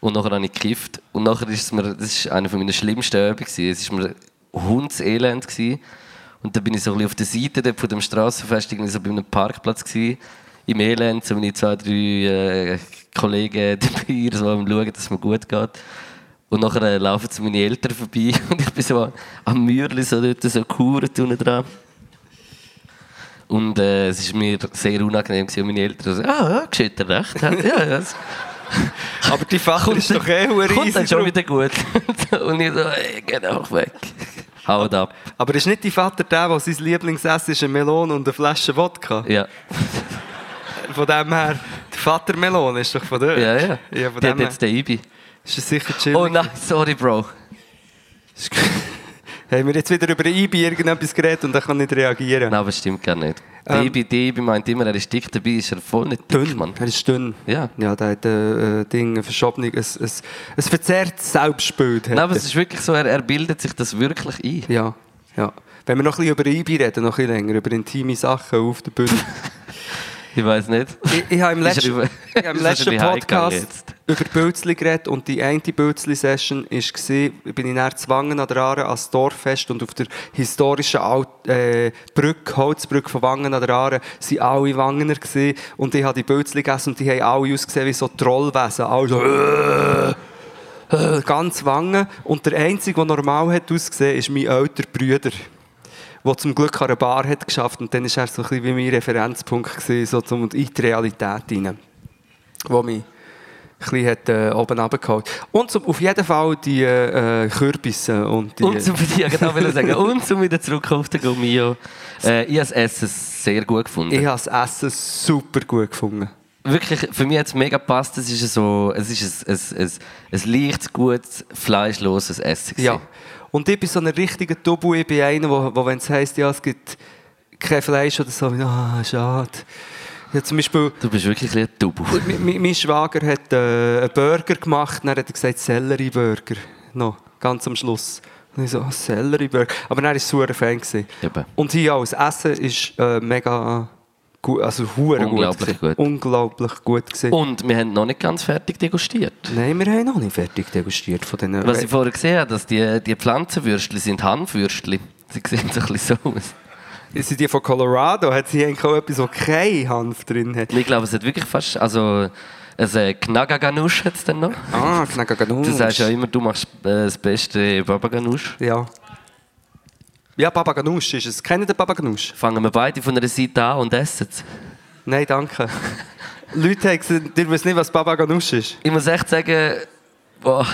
und nachher habe ich gekifft. Und nachher ist es mir, das war eine von meiner schlimmsten Übungen, gewesen. es war mir hundselend. Gewesen. Und dann bin ich so ein bisschen auf der Seite dort von dem Strassenfest, irgendwie so bei einem Parkplatz gewesen, im Elend, so meine zwei, drei äh, Kollegen dabei, so am schauen, dass es mir gut geht. Und nachher äh, laufen zu meine Eltern vorbei und ich bin so am Mürli so dort so gehauert unten dran. Und äh, es war mir sehr unangenehm gewesen. und meine Eltern so, ah, ja, geschieht dir recht. Ja, ja, das
Aber die Fachel ist doch eh hure
kommt dann
easy
schon
drauf.
wieder gut. und ich so, ey, geh doch weg. Haut ab.
Aber ist nicht dein Vater der, der sein Lieblingsessen ist, eine Melone und eine Flasche Wodka?
Ja,
Von dem her, der Vater Melone ist doch von dort.
ja, ja.
ja
Die
von dem
hat
her.
jetzt den Ibi.
Ist das sicher chillig?
Oh nein, sorry, Bro.
Haben wir jetzt wieder über IBI irgendetwas geredet und er kann nicht reagieren?
Nein, aber das stimmt gar nicht. Der
Ähm.
Ibi, der Ibi meint immer, er ist dick dabei, ist er voll nicht dick, Mann.
Er ist dünn.
Ja.
Ja, der hat äh, äh, Ding, eine Verschobung, ein, ein, ein verzerrtes Selbstbild. hat
Nein, aber
er.
es ist wirklich so, er, er bildet sich das wirklich ein.
Ja, ja. Wenn wir noch ein bisschen über IBI reden, noch ein bisschen länger, über intime Sachen auf der Bühne.
Ich weiß nicht.
ich, ich habe
Ist
im
er
letzten,
über-
ich habe
Ist
im
er
letzten
ein bisschen heimgegangen
Podcast...
jetzt?
über Bölzli geredet und die eine Bölzli-Session war, bin ich dann zwangen an der Aare ans Dorffest und auf der historischen Alt, äh, Brücke, Holzbrücke von Wangen an der Aare waren alle Wangener gewesen. und ich habe die Bölzli gegessen und die haben alle ausgesehen wie so Trollwesen, alle so äh, ganz Wangen und der Einzige, der normal hat ausgesehen, ist mein älterer Bruder der zum Glück an einer Bar hat geschafft und dann war er so ein bisschen wie mein Referenzpunkt gewesen, so zum, in die Realität hinein, wo mich ein bisschen hat, äh, oben runtergeholt. Und zum, auf jeden Fall die äh, äh, Kürbisse und die...
Und zum dir genau will ich sagen. Und zum wieder zurück auf den Gummio. Äh, ich habe das Essen sehr gut gefunden.
ich habe das Essen super gut gefunden.
Wirklich, für mich hat es mega gepasst. Es ist so, es ist ein, ein, ein, ein leicht gutes, fleischloses Essen. gewesen.
Ja. Und ich bin so ein richtiger Double, ich bin einer, wo, wo wenn es heisst, ja, es gibt kein Fleisch oder so, ah, schade. Ja, zum Beispiel...
Du bist wirklich ein Tubu.
Mein- Mein, mein Schwager hat äh, einen Burger gemacht, dann hat er gesagt Sellerie-Burger. Noch, ganz am Schluss. Und ich so, ah, Sellerie-Burger. Aber dann war ich super Fan. gewesen.
Eben.
Und hier auch, das Essen ist äh, mega gut, also hure gut.
Unglaublich
gewesen.
gut.
Unglaublich gut gewesen.
Und wir haben noch nicht ganz fertig degustiert.
Nein, wir haben noch nicht fertig degustiert von diesen...
Was ich vorher gesehen habe, dass die, die Pflanzenwürstchen sind Hanfwürstchen. Sie sehen so ein bisschen so aus.
Äh, Sind die von Colorado? Hat sie eigentlich auch etwas, wo kein Hanf drin hat?
Ich glaube, es hat wirklich fast... Also, ein Knaganusch hat es dann noch.
Ah, Knackaganus.
Du sagst ja immer, du machst äh, das beste Babaganusch.
Ja. Ja, Babaganusch ist es. Kennt ihr Babaganusch?
Fangen wir beide von einer Seite an und essen es.
Nein, danke. Leute haben gesagt, ihr wisst nicht, was Baba Ganoush ist.
Ich muss echt sagen, boah,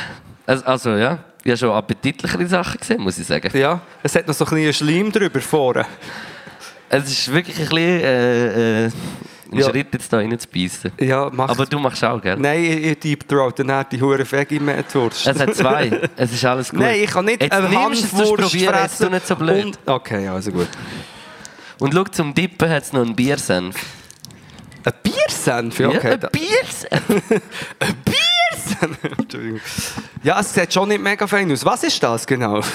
also, also ja, ich habe schon appetitlichere Sachen gesehen, muss ich sagen.
Ja, es hat noch so ein bisschen Schleim drüber vorne.
Es ist wirklich ein bisschen äh, äh, ein
Ja.
Schritt jetzt da reinzubeissen.
Ja, macht.
Aber du machst auch, gell?
Nein, ich, ich deep throat, dann hat die hure Veggie Metwurst.
Es hat zwei, es ist alles Also, gut.
Nein, ich kann nicht
jetzt nimmst du es, sonst probier es, tu nicht so blöd. Und,
und- okay, also gut.
schau, zum Dippen hat es noch einen Biersenf.
Ein Biersenf? Ja, okay.
Ja, ein Biersenf?
Biersenf? Entschuldigung. Ja, es sieht schon nicht mega fein aus. Was ist das genau?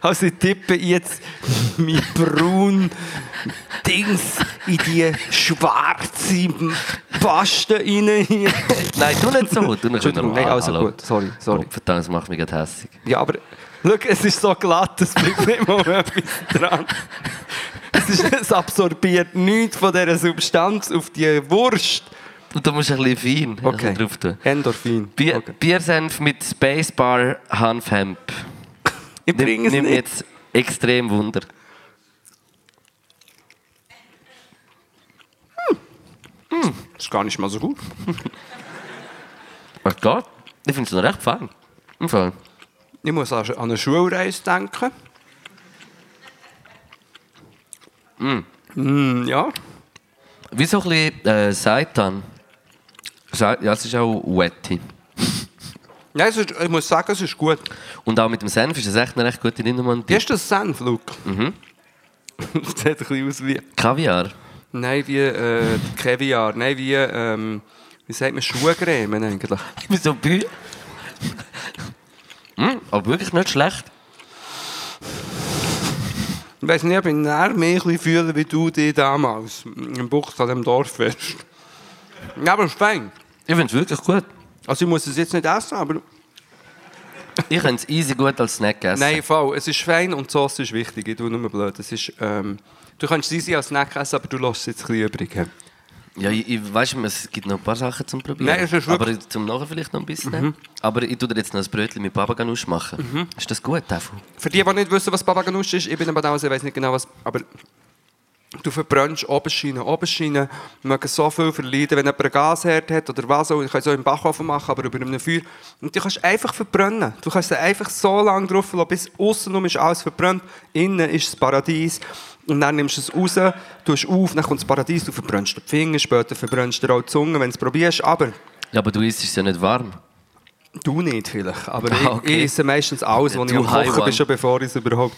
also ich tippe jetzt mein braun Dings in die schwarze Paste rein. hier.
Nein, tu nicht so. Tu nicht
Entschuldigung, nein, also gut, sorry,
Oh,
sorry.
verdammt, das macht mich gerade hässlich.
Ja, aber schau, es ist so glatt, es bleibt nicht mal etwas dran. Es, ist, es absorbiert nichts von dieser Substanz auf die Wurst.
Und da musst du ein bisschen fein
Okay.
Also drauf tun.
Endorphin.
Bier,
Okay.
Biersenf mit Spacebar Hanfhemp.
Ich
Nimm,
bringe es
nimm
nicht.
jetzt extrem Wunder.
Das ist gar nicht mal so gut.
Was geht? Ich finde es noch recht fein. Im Fall.
Ich muss an an eine Schulreise denken. Mm. ja.
Wie so ein bisschen äh, Seitan. Sei- Ja, es ist auch wetty.
Nein, es ist, ich muss sagen, es ist gut.
Und auch mit dem Senf ist es echt eine recht gute Nummer.
Wie ist das Senf, Luke? Mhm. das sieht ein bisschen aus wie...
Kaviar.
Nein, wie äh, Kaviar. Nein, wie... Ähm, wie sagt man? Schuhcreme eigentlich.
Ich bin so bü. mm, aber wirklich nicht schlecht.
Ich weiß nicht, ob ich näher mich ein bisschen fühle wie du dich damals im Bucht an dem Dorffest. Ja, aber es ist fein.
Ich finde es wirklich gut.
Also ich muss es jetzt nicht essen, aber...
Ich könnte es easy gut als Snack essen.
Nein, voll. Es ist fein und die Sauce ist wichtig. Ich tue nur blöd. Es ist, ähm, du kannst sie als Snack essen, aber du lässt es jetzt ein bisschen übrig. haben.
Ja, ich, ich weiss, es gibt noch ein paar Sachen zum Probieren.
Nein, es ist wirklich- Mhm.
Aber zum Nachher vielleicht noch ein bisschen. Aber ich tue dir jetzt noch ein Brötchen mit Babaganusch machen. Ist das gut, Tefu?
Für die, die nicht wissen, was Baba Ganoush ist, ich bin aber damals, ich weiß nicht genau was, aber du verbrennst Oberschienen. Oberschienen mögen so viel verleiden, wenn jemand einen Gasherd hat oder was auch, ich kann es auch im Backofen machen, aber über einem Feuer. Und die kannst du einfach verbrennen. Du kannst sie einfach so lange drauf lassen, bis außenrum ist alles verbrannt, innen ist das Paradies. Und dann nimmst du es raus, tust auf, dann kommt das Paradies, du verbrennst die Finger, später verbrennst du dir auch die Zunge, wenn du es probierst, aber...
Ja, aber du isst es ja nicht warm.
Du nicht vielleicht, aber
Ah,
ich,
okay.
ich esse meistens alles, was ich
Du
am Kochen
Haiwan.
bin, schon bevor ich es überhaupt...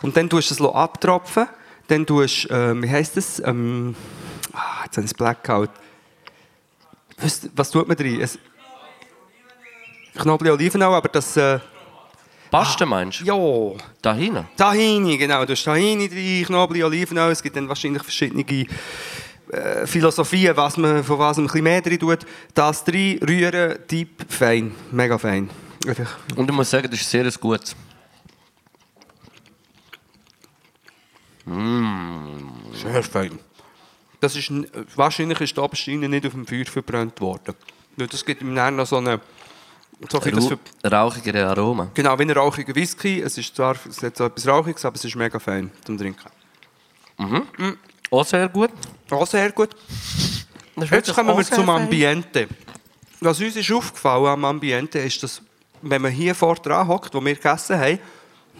Und dann tust du es lo abtropfen, dann tust du, ähm, wie heisst das? Ähm, ah, jetzt habe ich ein Blackout. Was, was tut man drin? Es, Knoblauch, Olivenöl, aber das... Äh,
Paste meinst du?
Ah, ja,
Da hinten?
Tahini, genau. Du hast Tahini drin, Knoblauch, Olivenöl. Es gibt dann wahrscheinlich verschiedene äh, Philosophien, was man, von was man ein bisschen mehr drin tut, das drin rühren, deep, fein. Mega fein. Einfach.
Und ich muss sagen, das ist sehr ein gutes.
Sehr fein.
Das ist, n- wahrscheinlich ist die Absteine nicht auf dem Feuer verbrannt worden. Weil Das gibt ihm dann noch so eine... So ein bisschen
Rau
das Ver-
rauchigere Aroma.
genau, wie ein rauchiger Whisky. Es, ist zwar, es hat so etwas Rauchiges, aber es ist mega fein zum Trinken.
Auch sehr gut.
Auch sehr gut. Jetzt kommen wir zum Ambiente. Was uns ist aufgefallen am Ambiente ist, dass, wenn man hier vorne dran hockt, wo wir gegessen haben,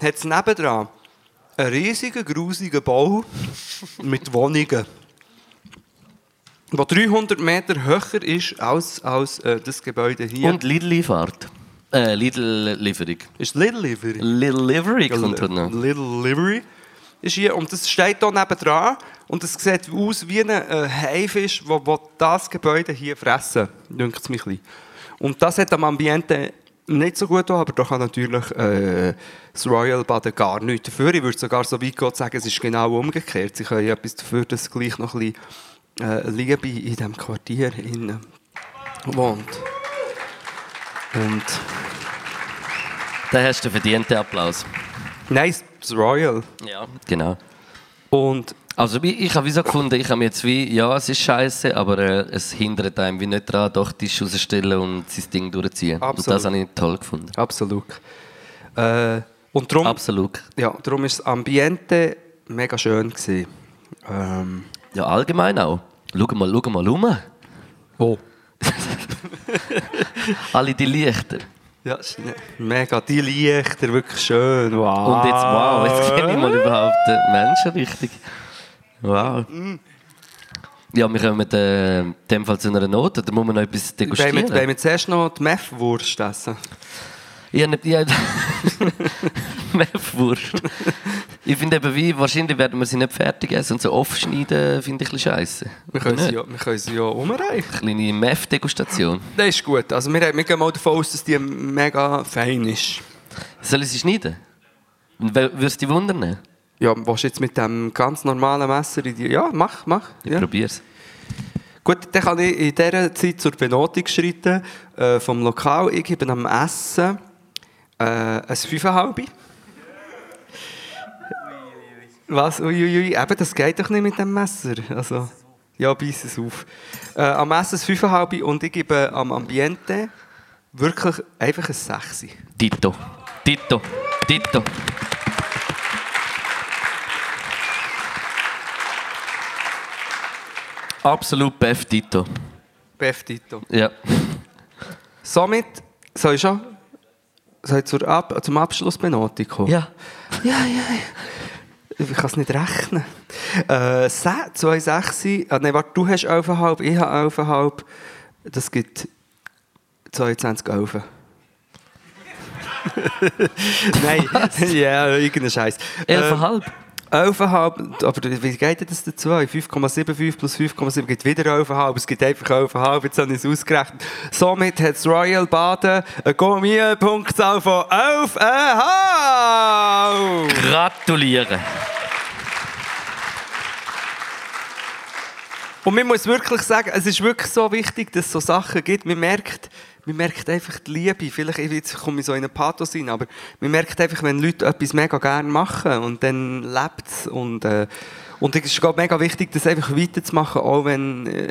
hat es nebendran einen riesigen, grusigen Bau mit Wohnungen. Der 300 Meter höher ist als, als äh, das Gebäude hier.
Und Lidl-Fahrt. Äh, Lidl-Lieferung.
ist Little Livery.
Lidl-Lieferung kommt dort noch.
Also, Little Livery ist hier und das steht hier nebendran und es sieht aus wie ein äh, Haifisch, wo, wo das Gebäude hier fressen, dünkt es mich ein bisschen. Und das hat am Ambiente nicht so gut getan, aber da kann natürlich äh, das Royal Baden gar nichts dafür. Ich würde sogar so weit gehen und sagen, es ist genau umgekehrt. Sie können etwas dafür, dass gleich noch ein bisschen äh, Liebe in diesem Quartier innen wohnt. Und
Da hast du den verdienten Applaus.
nice, das Royal.
Ja. Genau.
Und
Also ich, ich habe wie so gefunden, ich habe mir jetzt wie, ja, es ist scheiße, aber äh, es hindert einem wie nicht daran, doch die Tisch rausstellen und sein Ding durchziehen. Und
Absolut.
das habe ich toll gefunden.
Absolut. Äh, und darum,
Absolut.
ja, darum ist das Ambiente mega schön gewesen. Ähm,
Ja, allgemein auch. Schau mal, schau mal rum.
oh.
Alle die Lichter.
Ja, ist ne- mega, die Lichter, wirklich schön. Wow.
Und jetzt, wow, jetzt kenne ich mal überhaupt den Menschen richtig. Wow. Ja, wir kommen äh, in dem Fall zu einer Note, da muss man noch etwas
Wollen wir, wollen
degustieren.
wir zuerst noch die Meffwurst essen?
Ich habe ich Wurst. Ich finde eben, wie, wahrscheinlich werden wir sie nicht fertig essen und so aufschneiden, finde ich ein bisschen scheiße.
Wir können, sie ja, wir können sie ja umreichen.
Kleine Meth-Degustation.
Das ist gut. Also wir, wir gehen mal davon aus, dass die mega fein ist.
Soll ich sie schneiden? W- Würdest du dich wundern?
Ja, was jetzt mit dem ganz normalen Messer in die... Ja, mach, mach.
Ich
ja.
probier's.
Gut, dann kann ich in dieser Zeit zur Benotung schreiten äh, vom Lokal. Ich gebe am Essen äh, ein 5,5. Was? Uiuiui, eben, das geht doch nicht mit dem Messer. Also, ja, beiß es auf. Äh, am Essen ein 5,5 und ich gebe am Ambiente wirklich einfach ein 6.
Tito. Tito. Tito. Absolut Beff Tito.
Bef Tito.
Ja.
Somit soll ich schon soll ich zur Ab zum Abschluss Benotung kommen?
Ja.
Ja, ja, ja. Ich kann es nicht rechnen. Äh, se- zwei Sechse. Ah, nein, warte, du hast 11,5, ich habe 11,5. Das gibt 22 Elfen. nein, ja, irgendein Scheiß.
Elf und halb.
11,5, aber wie geht das dazu? 5,75 plus 5,7 gibt wieder 11,5, es gibt einfach 11,5, jetzt habe ich es ausgerechnet. Somit hat das Royal Baden eine Gourmet-Punktzahl von 11,5!
Gratuliere.
Und man muss wirklich sagen, es ist wirklich so wichtig, dass es so Sachen gibt. Man merkt, man merkt einfach die Liebe. Vielleicht jetzt komme ich so in einen Pathos rein, aber man merkt einfach, wenn Leute etwas mega gerne machen und dann lebt es. Und, äh, und es ist gerade mega wichtig, das einfach weiterzumachen, auch wenn äh,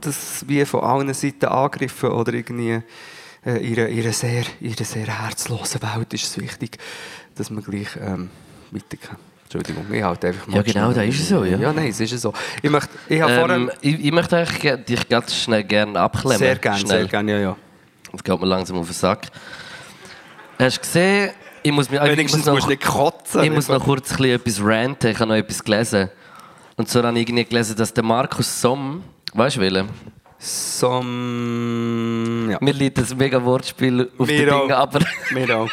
das wie von allen Seiten angegriffen oder irgendwie äh, ihre, ihre, sehr, ihre sehr herzlose Welt ist es wichtig, dass man gleich ähm, weiter kann. Entschuldigung, ich halte einfach mal
Ja, genau, da
schnell-
ist es so, ja.
Ja, Ah, nein, es ist es so. Ich, möchte, ich habe vorher...
Ähm, ich, ich möchte eigentlich ge- dich ganz schnell gerne abklemmen.
Sehr gerne,
schnell.
sehr gerne, ja, ja.
Das geht mir langsam auf den Sack. Hast du gesehen, ich muss mir ich muss noch-
kotzen.
Ich muss noch kurz ein bisschen etwas ranten, ich habe noch etwas gelesen. Und so habe ich irgendwie gelesen, dass der Markus Somm, weißt du welchen?
Som... Ja.
Mir liegt das mega Wortspiel auf
Mir
den Dingen,
auch.
aber
Mir auch.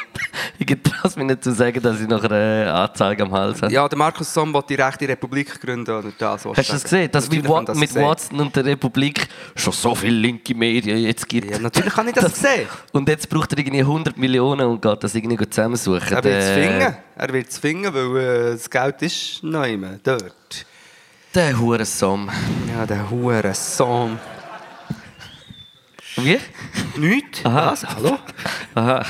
ich traue es mir nicht zu sagen, dass ich noch eine Anzeige am Hals habe.
Ja, der Markus Som will die rechte Republik gründen oder das. was
Hast du das
sagen.
gesehen? Dass wie
Natürlich habe
Wa
ich das
mit
gesehen.
Watson und der Republik schon so viele linke Medien jetzt gibt.
Ja, natürlich habe ich das gesehen.
Und jetzt braucht er irgendwie 100 Millionen und geht das irgendwie zusammensuchen.
Er wird es
Der-
äh, finden. Er wird es finden, weil äh, das Geld ist noch immer dort.
Der hure Som.
Ja, der hure Song.
Wie?
Nicht?
Aha.
Was? Hallo?
Aha.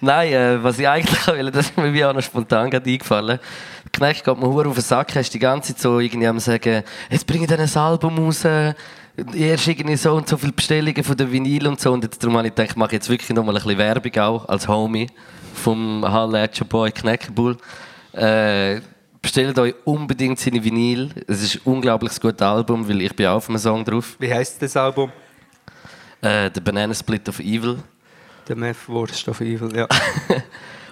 Nein, äh, was ich eigentlich wollte, das ist mir wie auch noch spontan gerade eingefallen. Der Knecht geht mir hure auf den Sack, er ist die ganze Zeit so irgendwie am sagen, jetzt bringe ich dann ein Album raus, erst irgendwie so und so viele Bestellungen von der Vinyl und so. Und jetzt darum habe ich gedacht, mache ich jetzt wirklich nochmal ein bisschen Werbung auch, als Homie vom Hallätscher Boy Kneckenbull. Äh, bestellt euch unbedingt seine Vinyl. Es ist ein unglaublich gutes Album, weil ich bin auch auf einem Song drauf.
Wie heisst das Album?
Äh, The Banana Split of Evil.
Der Meth-Wurst auf Evil, ja.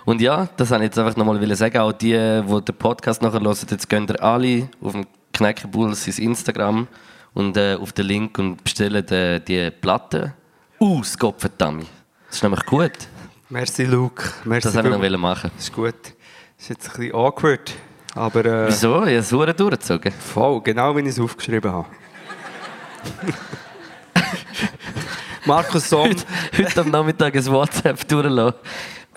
Und ja, das wollte ich jetzt einfach nochmal sagen. Auch die, die den Podcast nachher hören, jetzt gehen ihr alle auf dem Knäckebull sein Instagram und äh, auf den Link und bestellen äh, die Platte aus Gottverdammi. Das ist nämlich gut.
Merci, Luke. Merci,
Das wollte ich noch
vielmals.
wollen machen.
Ist gut. Ist jetzt ein bisschen awkward, aber äh,
Wieso? Ich habe es verdammt durchgezogen.
voll, genau wie ich es aufgeschrieben habe. Markus Somm,
Heute am Nachmittag ein WhatsApp durchlassen.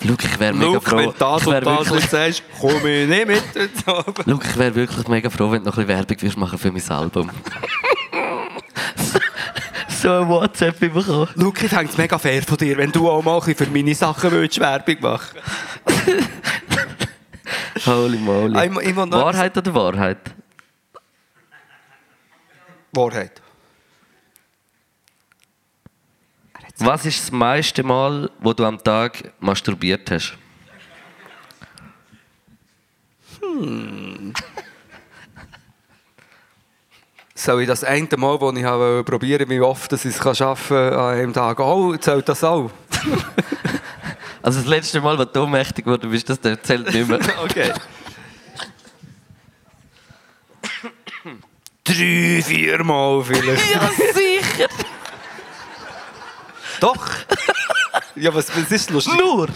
Luke, ich wäre mega
Luke,
froh.
wenn du das
ich wär
und das
wirklich,
nicht sagst, komme ich nicht mit heute Abend.
Luke, ich wäre wirklich mega froh, wenn du noch ein bisschen Werbung würdest machen für mein Album. so, so ein WhatsApp bekommen.
Luke, ich fände es mega fair von dir, wenn du auch mal ein bisschen für meine Sachen würdest Werbung machen
Holy moly.
Ah, ich mu- ich muss noch-
Wahrheit oder Wahrheit?
Wahrheit.
Was ist das meiste Mal, wo du am Tag masturbiert hast?
Soll ich das eine Mal, das ich habe, äh, probieren, wie oft dass ich es schaffen kann, an einem Tag? Oh, zählt das auch?
Also das letzte Mal, wo du mächtig wurde, bist, das der zählt nicht mehr.
Okay. Drei, vier Mal vielleicht.
ja, sicher.
Doch. Ja, was, was ist lustig?
Nur.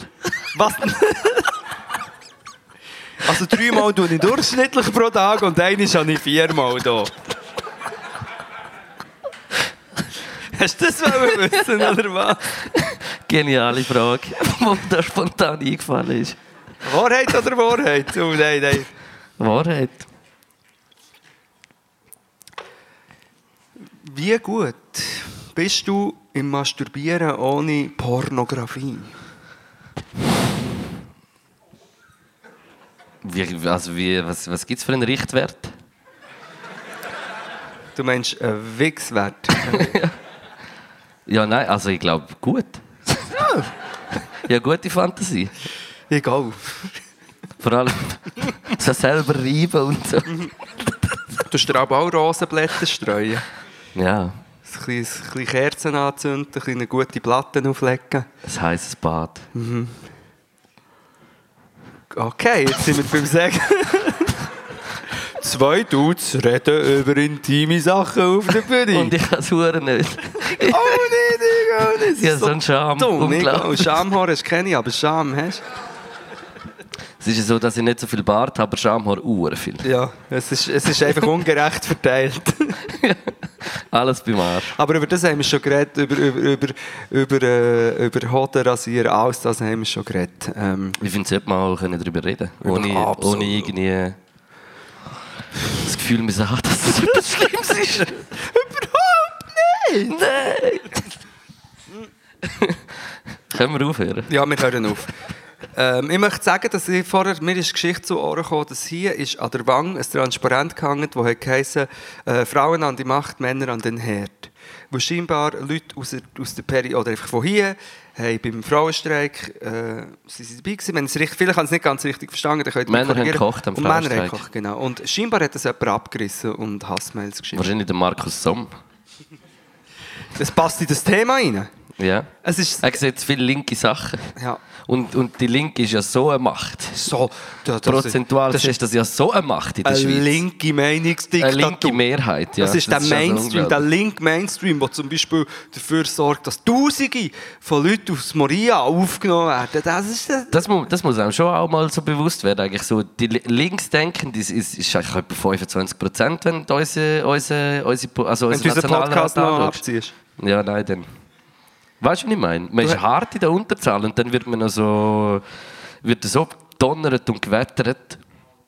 Was? Also dreimal tue ich durchschnittlich pro Tag und einmal habe ich viermal da. Hast du das wollen wissen, oder was?
Geniale Frage, die mir da spontan eingefallen ist.
Wahrheit oder Wahrheit? Oh nein, nein.
Wahrheit.
Wie gut bist du im Masturbieren ohne Pornografie?
Wie, also wie, was, was gibt es für einen Richtwert?
Du meinst einen Wichswert.
Ja, nein, also ich glaube, gut. ja, gute Fantasie.
Egal.
Vor allem so selber reiben und so.
Du hast dir aber auch Rosenblätter streuen.
Ja,
Ein bisschen, ein bisschen Kerzen anzünden, ein bisschen gute Platten auflegen.
ein heißes Bad.
Okay, jetzt sind wir beim Segen. Zwei Dudes reden über intime Sachen auf der Bühne.
Und ich kann es nicht.
oh nein, Digga, das
Ja, so ein Scham.
dumm. Egal,
Unglaublich.
Schamhaar hast du keine, aber Scham hast
Es ist ja so, dass ich nicht so viel Bart habe, aber Schamhaar uhr viel.
du. Ja, es ist, es ist einfach ungerecht verteilt.
Alles beim Arsch.
Aber über das haben wir schon geredet, über, über, über, über, äh, über Hoden rasieren, alles das haben wir schon geredet. Ähm,
Ich finde, sollte man auch können darüber reden ohne,
Absolut.
ohne irgendwie das Gefühl, man sagt, dass das etwas Schlimmes ist. Überhaupt nicht! Nein! können wir aufhören?
Ja, wir hören auf. Ähm, ich möchte sagen, dass ich vorher, mir ist die Geschichte zu Ohren gekommen, dass hier ist an der Wang ein Transparent gehangen, wo hat geheissen, äh, Frauen an die Macht, Männer an den Herd. Wo scheinbar Leute aus der, aus der Peri oder einfach von hier, hey, beim Frauenstreik, äh, sie sind dabei gewesen. Wenn ich's richtig, vielleicht haben sie es nicht ganz richtig verstanden. Dann könnt ihr mich
Männer haben
korrigieren.
gekocht am
Und Männer haben
Frauenstreik.
gekocht, genau. Und scheinbar hat das jemand abgerissen und Hassmails geschrieben.
Wahrscheinlich der Markus Somm.
Das passt in das Thema rein.
Ja.
Es ist,
Er sieht viele linke Sachen.
ja,
Und, und die Linke ist ja so eine Macht.
so. da- das-
Prozentual
das ist
ist das ja so eine Macht in der
eine
Schweiz.
linke
eine
Meinungsdiktatur.
Äh, linke Mehrheit. Ja.
das ist der
also
Mainstream, der
unglaublich.
Link Mainstream, der zum Beispiel dafür sorgt, dass Tausende von Leuten aus Moria aufgenommen werden. Das ist das.
das, muss, das muss einem schon auch mal so bewusst werden. Eigentlich so, die Li- Linksdenken das ist, ist eigentlich etwa 25 Prozent, wenn du unsere, unsere, unsere, Po- also
Wenn du
unseren
unseren
Nationalrat
Podcast noch
anschaust.
abziehst.
Ja, nein, dann. Weißt du, was ich meine? Man ist hart in der Unterzahl und dann wird man noch so, wird so donnert und gewettert.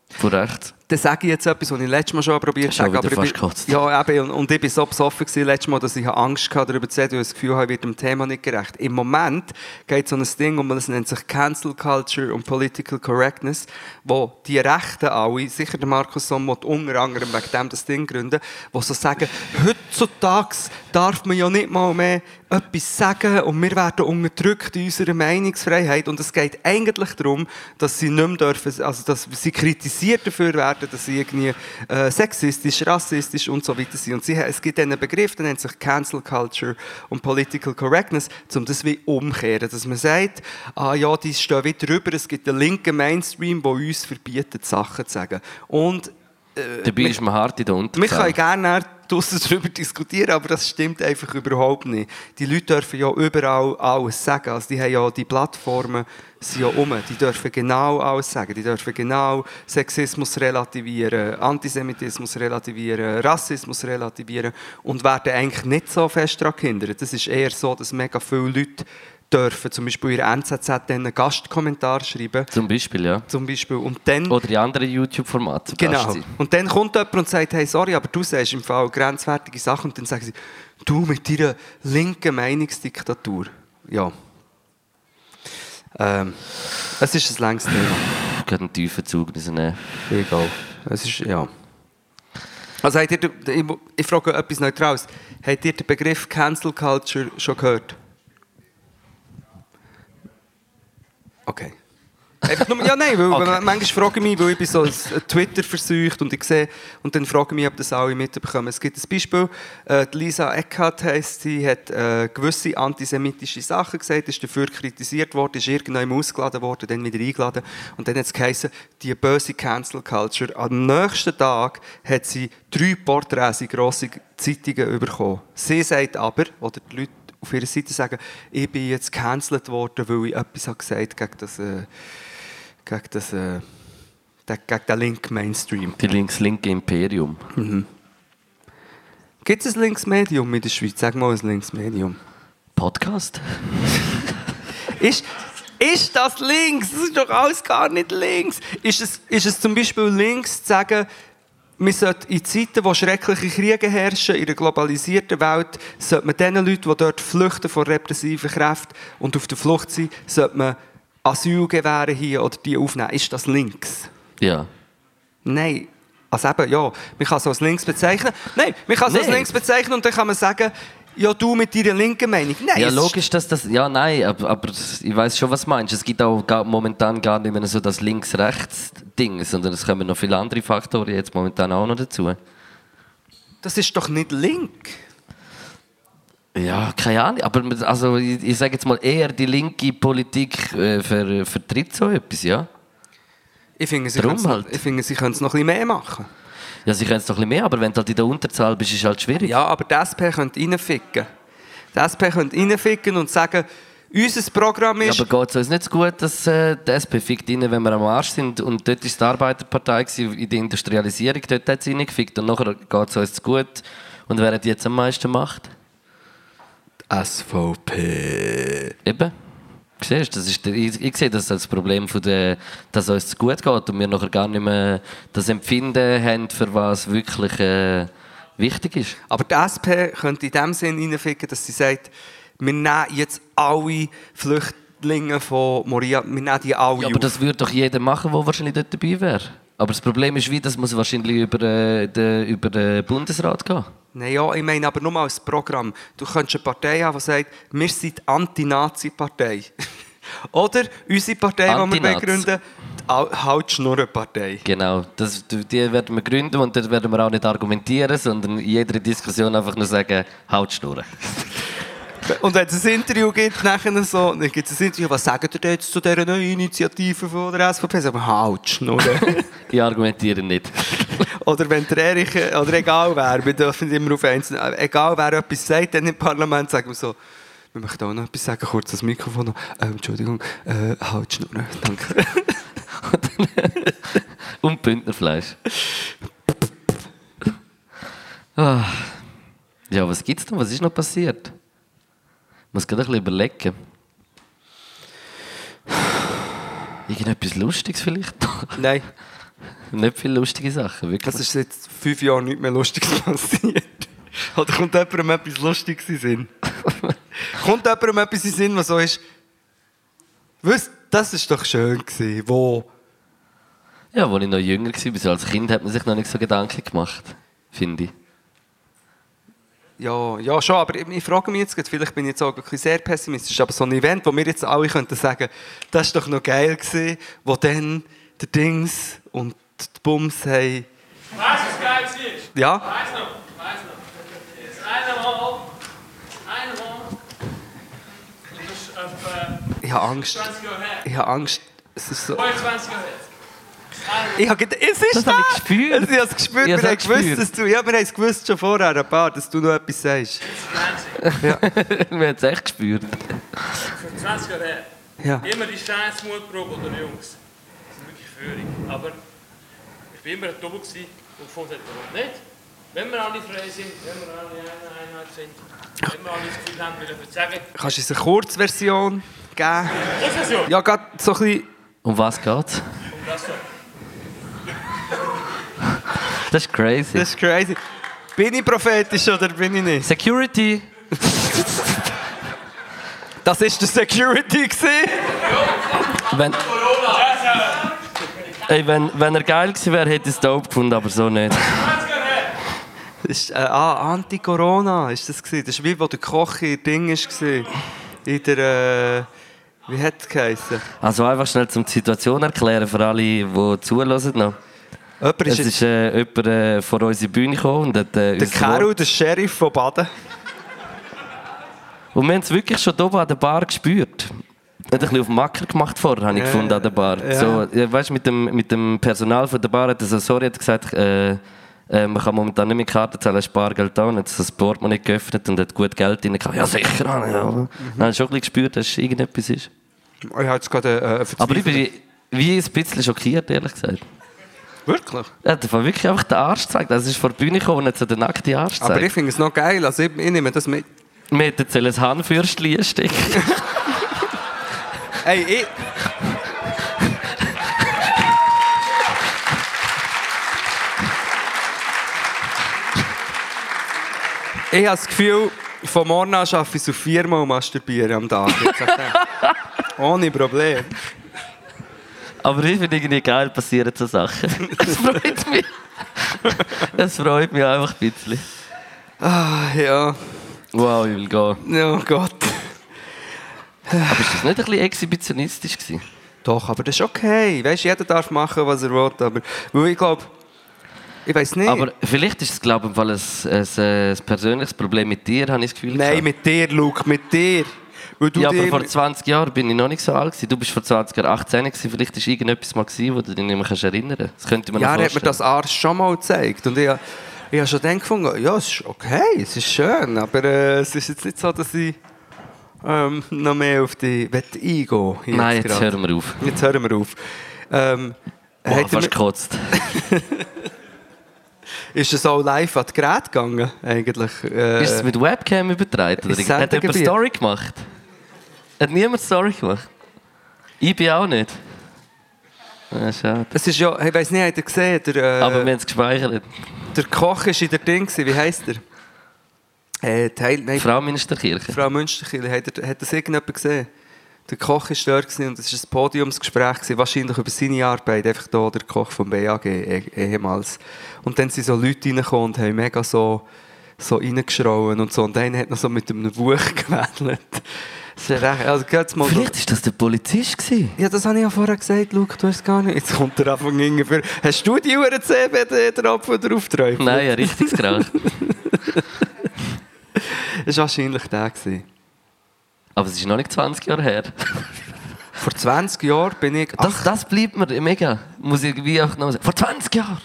Von rechts.
dann sage ich jetzt etwas, was ich letztes Mal schon probiert
Schon
habe.
wieder
ich
fast
bin,
gekotzt.
ja, eben, und, und ich war so besoffen gewesen, letztes Mal, dass ich Angst hatte, darüber zu reden, weil ich das Gefühl habe, ich werde dem Thema nicht gerecht. Im Moment geht so ein Ding um, es nennt sich Cancel Culture und Political Correctness, wo die Rechten alle, sicher der Markus Sommot unter anderem wegen dem das Ding gründen, wo so sagen, heutzutage darf man ja nicht mal mehr etwas sagen und wir werden unterdrückt in unserer Meinungsfreiheit und es geht eigentlich darum, dass sie nicht mehr dürfen, also dass sie kritisiert dafür werden, dass sie irgendwie äh, sexistisch, rassistisch und so weiter sind. Und sie, es gibt einen Begriff, der nennt sich Cancel Culture und Political Correctness, um das wie umkehren, dass man sagt, ah ja, die stehen wie drüber, es gibt einen linken Mainstream, der uns verbietet, Sachen zu sagen. Und Äh,
Dabei ist man hart in der
wir können
Unterzahl.
gerne draussen darüber diskutieren, aber das stimmt einfach überhaupt nicht. Die Leute dürfen ja überall alles sagen. Also die haben ja die Plattformen sind ja um. Die dürfen genau alles sagen. Die dürfen genau Sexismus relativieren, Antisemitismus relativieren, Rassismus relativieren und werden eigentlich nicht so fest daran gehindert. Es ist eher so, dass mega viele Leute dürfen, zum Beispiel in der NZZ dann einen Gastkommentar schreiben,
Zum Beispiel, ja.
zum Beispiel. Und dann
Oder in anderen YouTube-Formaten.
Genau.
Basti.
Und dann kommt jemand und sagt, hey, sorry, aber du sagst im Fall grenzwertige Sachen. Und dann sagen sie, du mit deiner linken Meinungsdiktatur. Ja. Ähm, es ist ein langes Thema.
Ich habe einen tiefen Zug müssen nehmen.
Egal. Es ist, ja. Also, habt ihr, den- ich, ich frage etwas Neutrales. Habt ihr den Begriff Cancel Culture schon gehört? Okay. Einfach nur, ja, nein, weil
Okay.
manchmal frage ich mich, weil ich bin so ein Twitter verseucht und ich sehe, und dann frage ich mich, ob das alle mitbekommen. Es gibt ein Beispiel, äh, die Lisa Eckhart heisst, sie hat äh, gewisse antisemitische Sachen gesagt, ist dafür kritisiert worden, ist irgendjemand ausgeladen worden, dann wieder eingeladen und dann hat es geheißen, die böse Cancel Culture. Am nächsten Tag hat sie drei Porträts in grossen Zeitungen bekommen. Sie sagt aber, oder die Leute auf ihrer Seite sagen, ich bin jetzt gecancelt worden, weil ich etwas habe gesagt habe gegen das... Äh, gegen, das, äh, den, gegen den linken Mainstream.
Die links-linke Imperium.
Gibt es ein linkes Medium in der Schweiz? Sag mal ein linkes Medium.
Podcast?
Ist, ist das links? Das ist doch alles gar nicht links. Ist es, ist es zum Beispiel links zu sagen, man sollte in Zeiten, wo schreckliche Kriege herrschen, in einer globalisierten Welt, sollte man den Leuten, die dort flüchten vor repressiven Kräften und auf der Flucht sind, sollte man Asyl gewähren hier oder die aufnehmen. Ist das links?
Ja.
Nein. Also eben, ja, man kann es als links bezeichnen. Nein, man kann es als
Nein.
links bezeichnen und dann kann man sagen, ja, du mit deiner linken Meinung. Nein,
Ja,
es-
logisch, dass das. Ja, nein, aber, aber ich weiß schon, was du meinst. Es gibt auch gar, momentan gar nicht mehr so das Links-Rechts-Ding, sondern es kommen noch viele andere Faktoren jetzt momentan auch noch dazu.
Das ist doch nicht link.
Ja, keine Ahnung. Aber mit- also, ich, ich sage jetzt mal eher, die linke Politik äh, ver, vertritt so etwas, ja?
Ich finde, sie
Drum
können's noch-
halt.
ich finde, sie können es noch ein bisschen mehr machen.
Ja, sie können es noch ein bisschen mehr, aber wenn du halt in der Unterzahl bist, ist es halt schwierig.
Ja, aber die SP könnte reinficken. Die SP könnte reinficken und sagen, unser Programm
Ja,
ist...
aber geht es uns nicht so gut, dass äh, die SP fickt rein, wenn wir am Arsch sind? Und dort war die Arbeiterpartei gewesen, in der Industrialisierung, dort hat sie reingefickt. Und nachher geht es uns zu gut. Und wer hat jetzt am meisten Macht?
SVP.
Eben. Siehst, das ist der, ich, ich sehe das als Problem, von der, dass uns zu gut geht und wir nachher gar nicht mehr das Empfinden haben, für was wirklich äh, wichtig ist.
Aber die SP könnte in dem Sinn reinficken, dass sie sagt, wir nehmen jetzt alle Flüchtlinge von Moria, wir nehmen die alle
Ja,
auf.
aber das würde doch jeder machen, der wahrscheinlich dort dabei wäre. Aber das Problem ist, wie, das muss wahrscheinlich über, äh, den, über den Bundesrat gehen.
Naja, ich meine aber nur als Programm. Du könntest eine Partei haben, die sagt, wir sind die Anti-Nazi-Partei. Oder unsere Partei, die wir
Anti-Naz.
gründen, die Hautschnurren-Partei.
Genau, das, die werden wir gründen und dort werden wir auch nicht argumentieren, sondern in jeder Diskussion einfach nur sagen, haut schnurren.
Und wenn es ein Interview gibt, nachher so, dann gibt es ein Interview, was sagen ihr denn jetzt zu dieser neuen Initiative von der SVP? Sagen wir Hautschnurren.
Ich argumentiere nicht.
oder wenn der Erich, äh, oder egal wer, wir dürfen immer auf einzelne, äh, egal wer etwas sagt dann im Parlament, sagen wir so, wir möchten auch noch etwas sagen, kurz das Mikrofon noch. Ähm, Entschuldigung, äh, Hautschnurren, danke.
Und Bündnerfleisch. Ah. ja, was gibt's denn? Was ist noch passiert? Ich muss gerade ein bisschen überlegen. Irgendetwas Lustiges vielleicht noch?
Nein.
Nicht viele lustige Sachen, wirklich.
Das ist seit fünf Jahren nicht mehr Lustiges passiert. Oder kommt jemandem etwas Lustiges in den Sinn? kommt jemandem etwas in den Sinn, was so ist? Wisst, das ist doch schön gewesen, wo...
Ja, als ich noch jünger war, so als Kind, hat man sich noch nicht so Gedanken gemacht, finde ich.
Ja, ja, schon, aber ich, ich frage mich jetzt, gerade, vielleicht bin ich jetzt auch wirklich sehr pessimistisch, aber so ein Event, wo wir jetzt alle könnten sagen, das war doch noch geil, gewesen, wo dann der Dings und die Bums haben...
Weißt du, was geil ist?
Ja,
Weiß noch, weiß noch. Jetzt einmal, einmal. Das ist etwa
ich habe Angst.
20 Jahre her.
Ich habe Angst. Es ist so...
25 Jahre her.
Ich habe gedacht, es ist
Das habe ich gespürt.
Es- Ich habe es gespürt.
Ich
Wir
habe
haben
es auch
gewusst,
gespürt.
dass du, ja, wir haben es gewusst schon vorher, ein paar, dass du noch etwas sagst.
20.
Wir haben es echt gespürt.
20 Jahre her.
Ja.
Immer die scheiß Mutprobe oder Jungs. Das ist wirklich führig. Aber ich war immer ein Double gewesen und fand das warum nicht. Wenn wir alle frei sind, wenn wir alle eine Einheit sind, wenn wir alle das Gefühl haben, wir dürfen sagen,
Kannst du uns eine Kurzversion geben?
das ist es ja.
Ja, gerade so ein bisschen.
Um was geht's?
Und das so.
Das ist crazy.
Das ist crazy. Bin ich prophetisch oder bin ich nicht?
Security!
Das war der Security. gewesen.
Wenn, ey, wenn, wenn er geil gewesen wäre, hätte ich es dope gefunden, aber so nicht.
Das ist, äh, ah, Anti-Corona ist das gewesen. Das ist wie, wo der Koch in Ding war. In der. Äh, wie hat es geheißen?
Also einfach schnell zum die Situation erklären für alle, die zuhören noch.
Jemand ist
Es
jetzt.
ist äh, jemand äh, vor unsere Bühne gekommen und hat äh,
Der
uns das
Carol,
Wort-
der Sheriff von Baden.
Und wir haben es wirklich schon oben an der Bar gespürt. Hat ein bisschen auf den Macker gemacht vorher, habe ich gefunden an der Bar.
ja.
So, ja, weißt, mit, dem, mit dem Personal von der Bar hat er so, sorry, hat gesagt, äh, äh, man kann momentan nicht mit Karte zahlen, hast Bargeld da und hat so das Portemonnaie geöffnet und hat gut Geld drin gehabt. Ja, sicher.
Mhm.
Ja. ja. Dann habe ich schon ein bisschen gespürt, dass irgendetwas ist.
Ich habe jetzt gerade. Äh, verzweifelt.
Aber ich bin wie ein bisschen schockiert, ehrlich gesagt.
Wirklich?
Er hat einfach wirklich einfach den Arsch gezeigt. Also, er ist vor die Bühne gekommen und hat so den nackten Arsch
Aber ich
gezeigt.
finde es noch geil. Also ich, ich nehme das mit.
Wir hätten jetzt ein Hahnfürstchen einstecken
Ey,
eh.
ich. ich habe das Gefühl, von morgen an arbeite ich so viermal masturbieren am Tag. Jetzt sag ich, Ohne Problem.
Aber ich finde irgendwie geil, passieren so Sachen. Es freut mich. Es freut mich einfach ein bisschen.
Ah, ja.
Wow, ich will gehen.
Ja, oh Gott.
Ist das nicht ein bisschen exhibitionistisch gewesen?
Doch, aber das ist okay. Weißt, jeder darf machen, was er will. Aber weil ich glaube, ich weiß nicht.
Aber vielleicht ist es, glaube ich, im Fall ein, ein, ein persönliches Problem mit dir, habe ich das Gefühl.
Nein,
gehabt.
mit dir, Luke, mit dir. Weil du
ja, aber
dir-
vor 20 Jahren bin ich noch nicht so alt. Gewesen. Du bist vor 20 Jahren 18 gewesen. Vielleicht war irgendetwas mal, gewesen, wo du dich nicht mehr kannst erinnern kannst. Das könnte man
Ja,
noch
er hat mir
vorstellen.
das Arsch schon mal gezeigt. Und ich, ha- ich habe schon dann gefunden, ja, es ist okay, es ist schön, aber äh, es ist jetzt nicht so, dass ich ähm, noch mehr auf die Wette eingehe.
Nein, jetzt
gerade.
hören wir auf.
Jetzt hören wir auf. Ähm,
Boah,
hat er
fast
mir,
gekotzt.
ist es auch live an die Geräte gegangen, eigentlich? Äh,
Ist es mit Webcam übertragen? Oder?
Ist es
Hat jemand
Sendegebiet?
Story gemacht? Hat niemand Story gemacht? Ich bin auch nicht. Ah, schade.
es ist ja, ich weiß nicht, habt ihr gesehen, der, äh,
Aber wir haben es gespeichert.
der Koch war in der Ding, gewesen, wie heisst er? Äh, Teil, nein,
Frau Ministerkirche.
Frau Münsterkille, hat, er- hat das irgendjemand gesehen? Der Koch war dort gewesen und es war ein Podiumsgespräch, gewesen, wahrscheinlich über seine Arbeit, einfach da der Koch vom BAG eh, ehemals. Und dann sind so Leute reingekommen und haben mega so, so reingeschrauen und so. Und einer hat noch so mit einem Buch gewählt. Das ist ja recht, also geht's mal
Vielleicht war das der Polizist. Gewesen.
Ja, das habe ich ja vorher gesagt, Luke, du hast es gar nicht. Jetzt kommt der Anfang ungefähr. Hast du die Uhren CBD-Tropfen drauf geträumt?
Nein, ja, richtig krank.
Das war wahrscheinlich der. Gewesen.
Aber es ist noch nicht 20 Jahre her.
Vor 20 Jahren bin ich...
Das, das bleibt mir mega. Muss ich wie auch noch sagen. Vor 20 Jahren!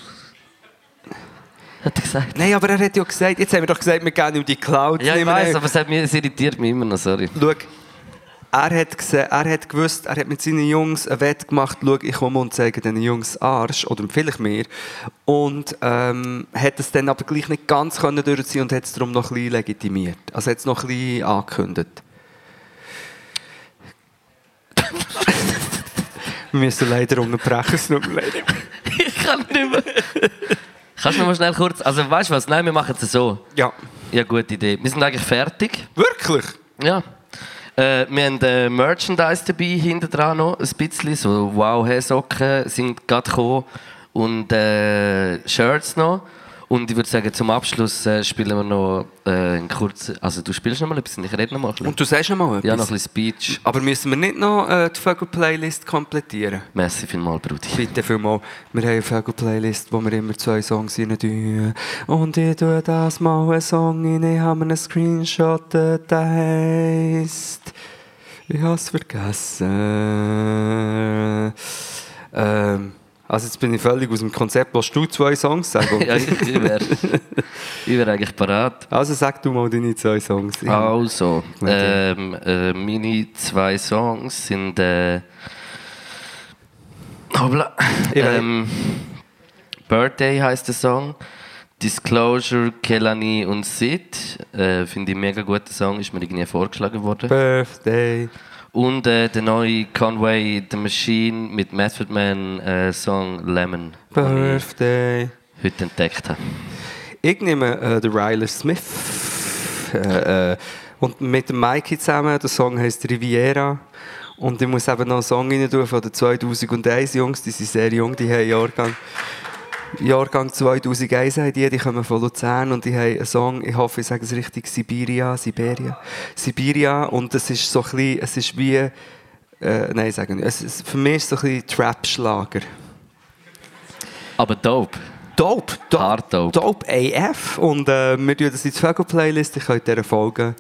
Hat er gesagt.
Nein, aber er hat ja gesagt, jetzt haben wir doch gesagt, wir gehen um die Cloud.
Ja, ich
nehmen.
weiß, aber es, hat mich, es irritiert mich immer noch, sorry.
Schau, er hat, gesehen, er hat gewusst, er hat mit seinen Jungs eine Wette gemacht, schau, ich komme und zeige den Jungs Arsch, oder vielleicht mehr. Und ähm, hat es dann aber gleich nicht ganz können durchziehen und hat es darum noch ein bisschen legitimiert. Also hat es noch ein bisschen angekündigt. Wir müssen leider unterbrechen, es tut mir leid.
Ich kann nicht mehr. Kannst du noch mal schnell kurz. Also, weißt du was? Nein, wir machen es so.
Ja.
Ja, gute Idee. Wir sind eigentlich fertig.
Wirklich?
Ja. Äh, wir haben äh, Merchandise dabei, hinten dran noch ein bisschen. So wow hey socken sind gerade gekommen. Und äh, Shirts noch. Und ich würde sagen, zum Abschluss äh, spielen wir noch äh, einen kurzen. Also, du spielst noch mal ein bisschen, ich rede noch mal ein bisschen.
Und du sagst noch mal etwas.
ja, noch ein bisschen Speech.
Aber müssen wir nicht noch äh, die Vögel-Playlist komplettieren?
Merci vielmals, Brudi.
Bitte vielmal. Wir haben eine Vögel-Playlist, wo wir immer zwei Songs rein tun. Und ich tue das mal einen Song rein. Ich habe mir einen Screenshot, äh, der heisst... Ich habe es vergessen. Ähm, also jetzt bin ich völlig aus dem Konzept. Willst du zwei Songs sagen?
ja, ich, ich wäre ich wär eigentlich parat.
Also sag du mal deine zwei Songs. Ich-
Also,
Gut, ja.
ähm, äh, meine zwei Songs sind. Äh, hoppla.
Ich weiß.
Ähm, Birthday heißt der Song. Disclosure, Kelani und Sid. Äh, Finde ich einen mega guten Song, ist mir irgendwie vorgeschlagen worden.
Birthday.
Und äh, der neue Conway the Machine mit Method Man äh, Song Lemon, den ich
Birthday.
heute entdeckt habe.
Ich nehme äh, den Ryler Smith äh, äh, und mit dem Mikey zusammen. Der Song heißt Riviera. Und ich muss eben noch einen Song rein tun von den 2001 Jungs. Die sind sehr jung, die haben Jahrgang, Jahrgang 2001. Haben die, die kommen von Luzern und die haben einen Song, ich hoffe, ich sage es richtig, Sibiria, Siberia. Sibiria und es ist so ein bisschen, es ist wie, äh, nein, ich sage nicht, es ist, für mich ist es so ein bisschen Trap-Schlager.
Aber dope.
Dope, dope,
Hard dope.
dope AF. Und äh, wir tun das in die Vögel-Playlist, ich könnt dieser folgen.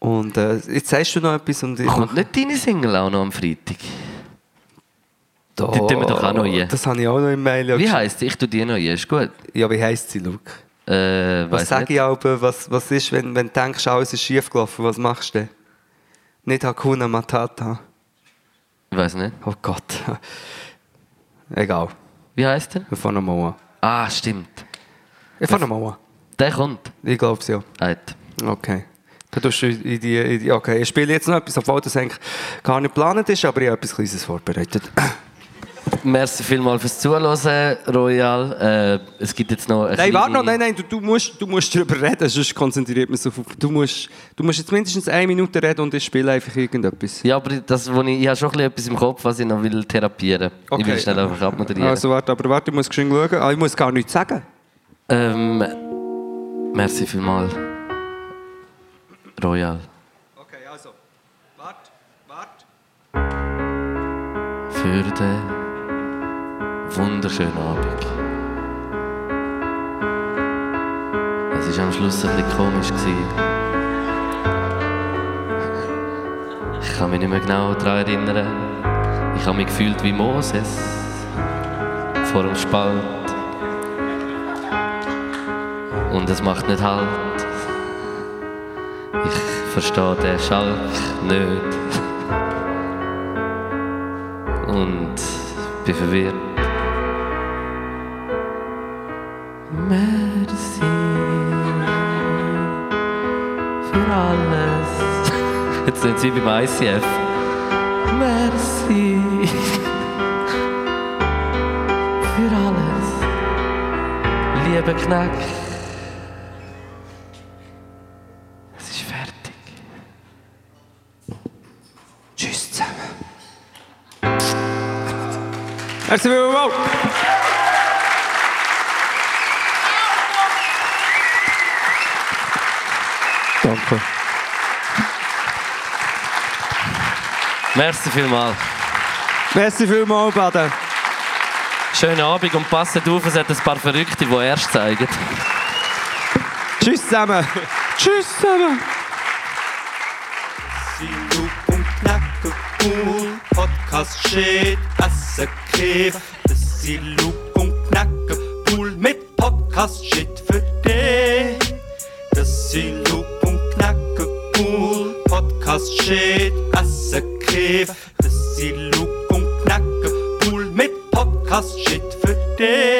Und äh, jetzt sagst du noch etwas und ich
Kommt nicht deine Single auch noch am Freitag? die tun wir doch auch noch rein.
Das habe ich auch noch im Mail.
Wie
geschrieben.
heisst sie? Ich tu die noch ein, ist gut.
ja, wie heisst sie, Luke?
Äh,
Was
weiss
sage
nicht.
ich aber, was, was ist, wenn, wenn du denkst, alles ist schief gelaufen, was machst du denn? Nicht Hakuna Matata.
Ich weiß nicht.
Oh Gott. Egal,
Wie heißt er?
wir fangen nochmal an.
Ah, stimmt.
Ich fange nochmal an.
Der kommt.
Ich glaube es ja.
Alter.
Okay. Du tust in die, in die, okay, ich spiele jetzt noch etwas, obwohl das eigentlich gar nicht geplant ist, aber ich habe etwas Kleines vorbereitet.
Merci vielmals fürs Zuhören, Royal. Äh, es gibt jetzt noch eine
Nein,
kleine-
warte noch, nein, nein, du, du, musst, du musst darüber reden, sonst konzentriert man sich auf... Du musst, du musst jetzt mindestens eine Minute reden und ich spiele einfach irgendetwas.
Ja, aber das, wo ich, ich habe schon ein bisschen etwas im Kopf, was ich noch will therapieren will. Ich will schnell einfach abmoderieren.
Also warte, aber warte, ich muss geschwind schauen. Ah, ich muss gar nichts sagen.
Ähm, merci vielmals. Royal.
Okay, also. Warte, warte.
für den wunderschönen Abend. Es war am Schluss ein bisschen komisch. Gewesen. Ich kann mich nicht mehr genau daran erinnern. Ich habe mich gefühlt wie Moses vor dem Spalt. Und es macht nicht Halt. Ich verstehe den Schalk nicht und bin verwirrt. Merci für alles. Jetzt sind sie beim ICF. Merci für alles. Lieber Knack. Es ist fertig.
Tschüss zusammen. Merci vielmals.
Danke.
Merci vielmals.
Merci vielmals, Baden.
Schönen Abend und passet auf, es hat ein paar Verrückte, die erst zeigen.
Tschüss zusammen. Tschüss zusammen.
Siloop und Knacke cool, Podcast shit, Asse Käf. Das Siloop und Knacke cool mit Podcast shit für dich. Das Siloop und Knacke cool, Podcast shit, Asse Käf. Das Siloop und Knacke cool mit Podcast shit für dich.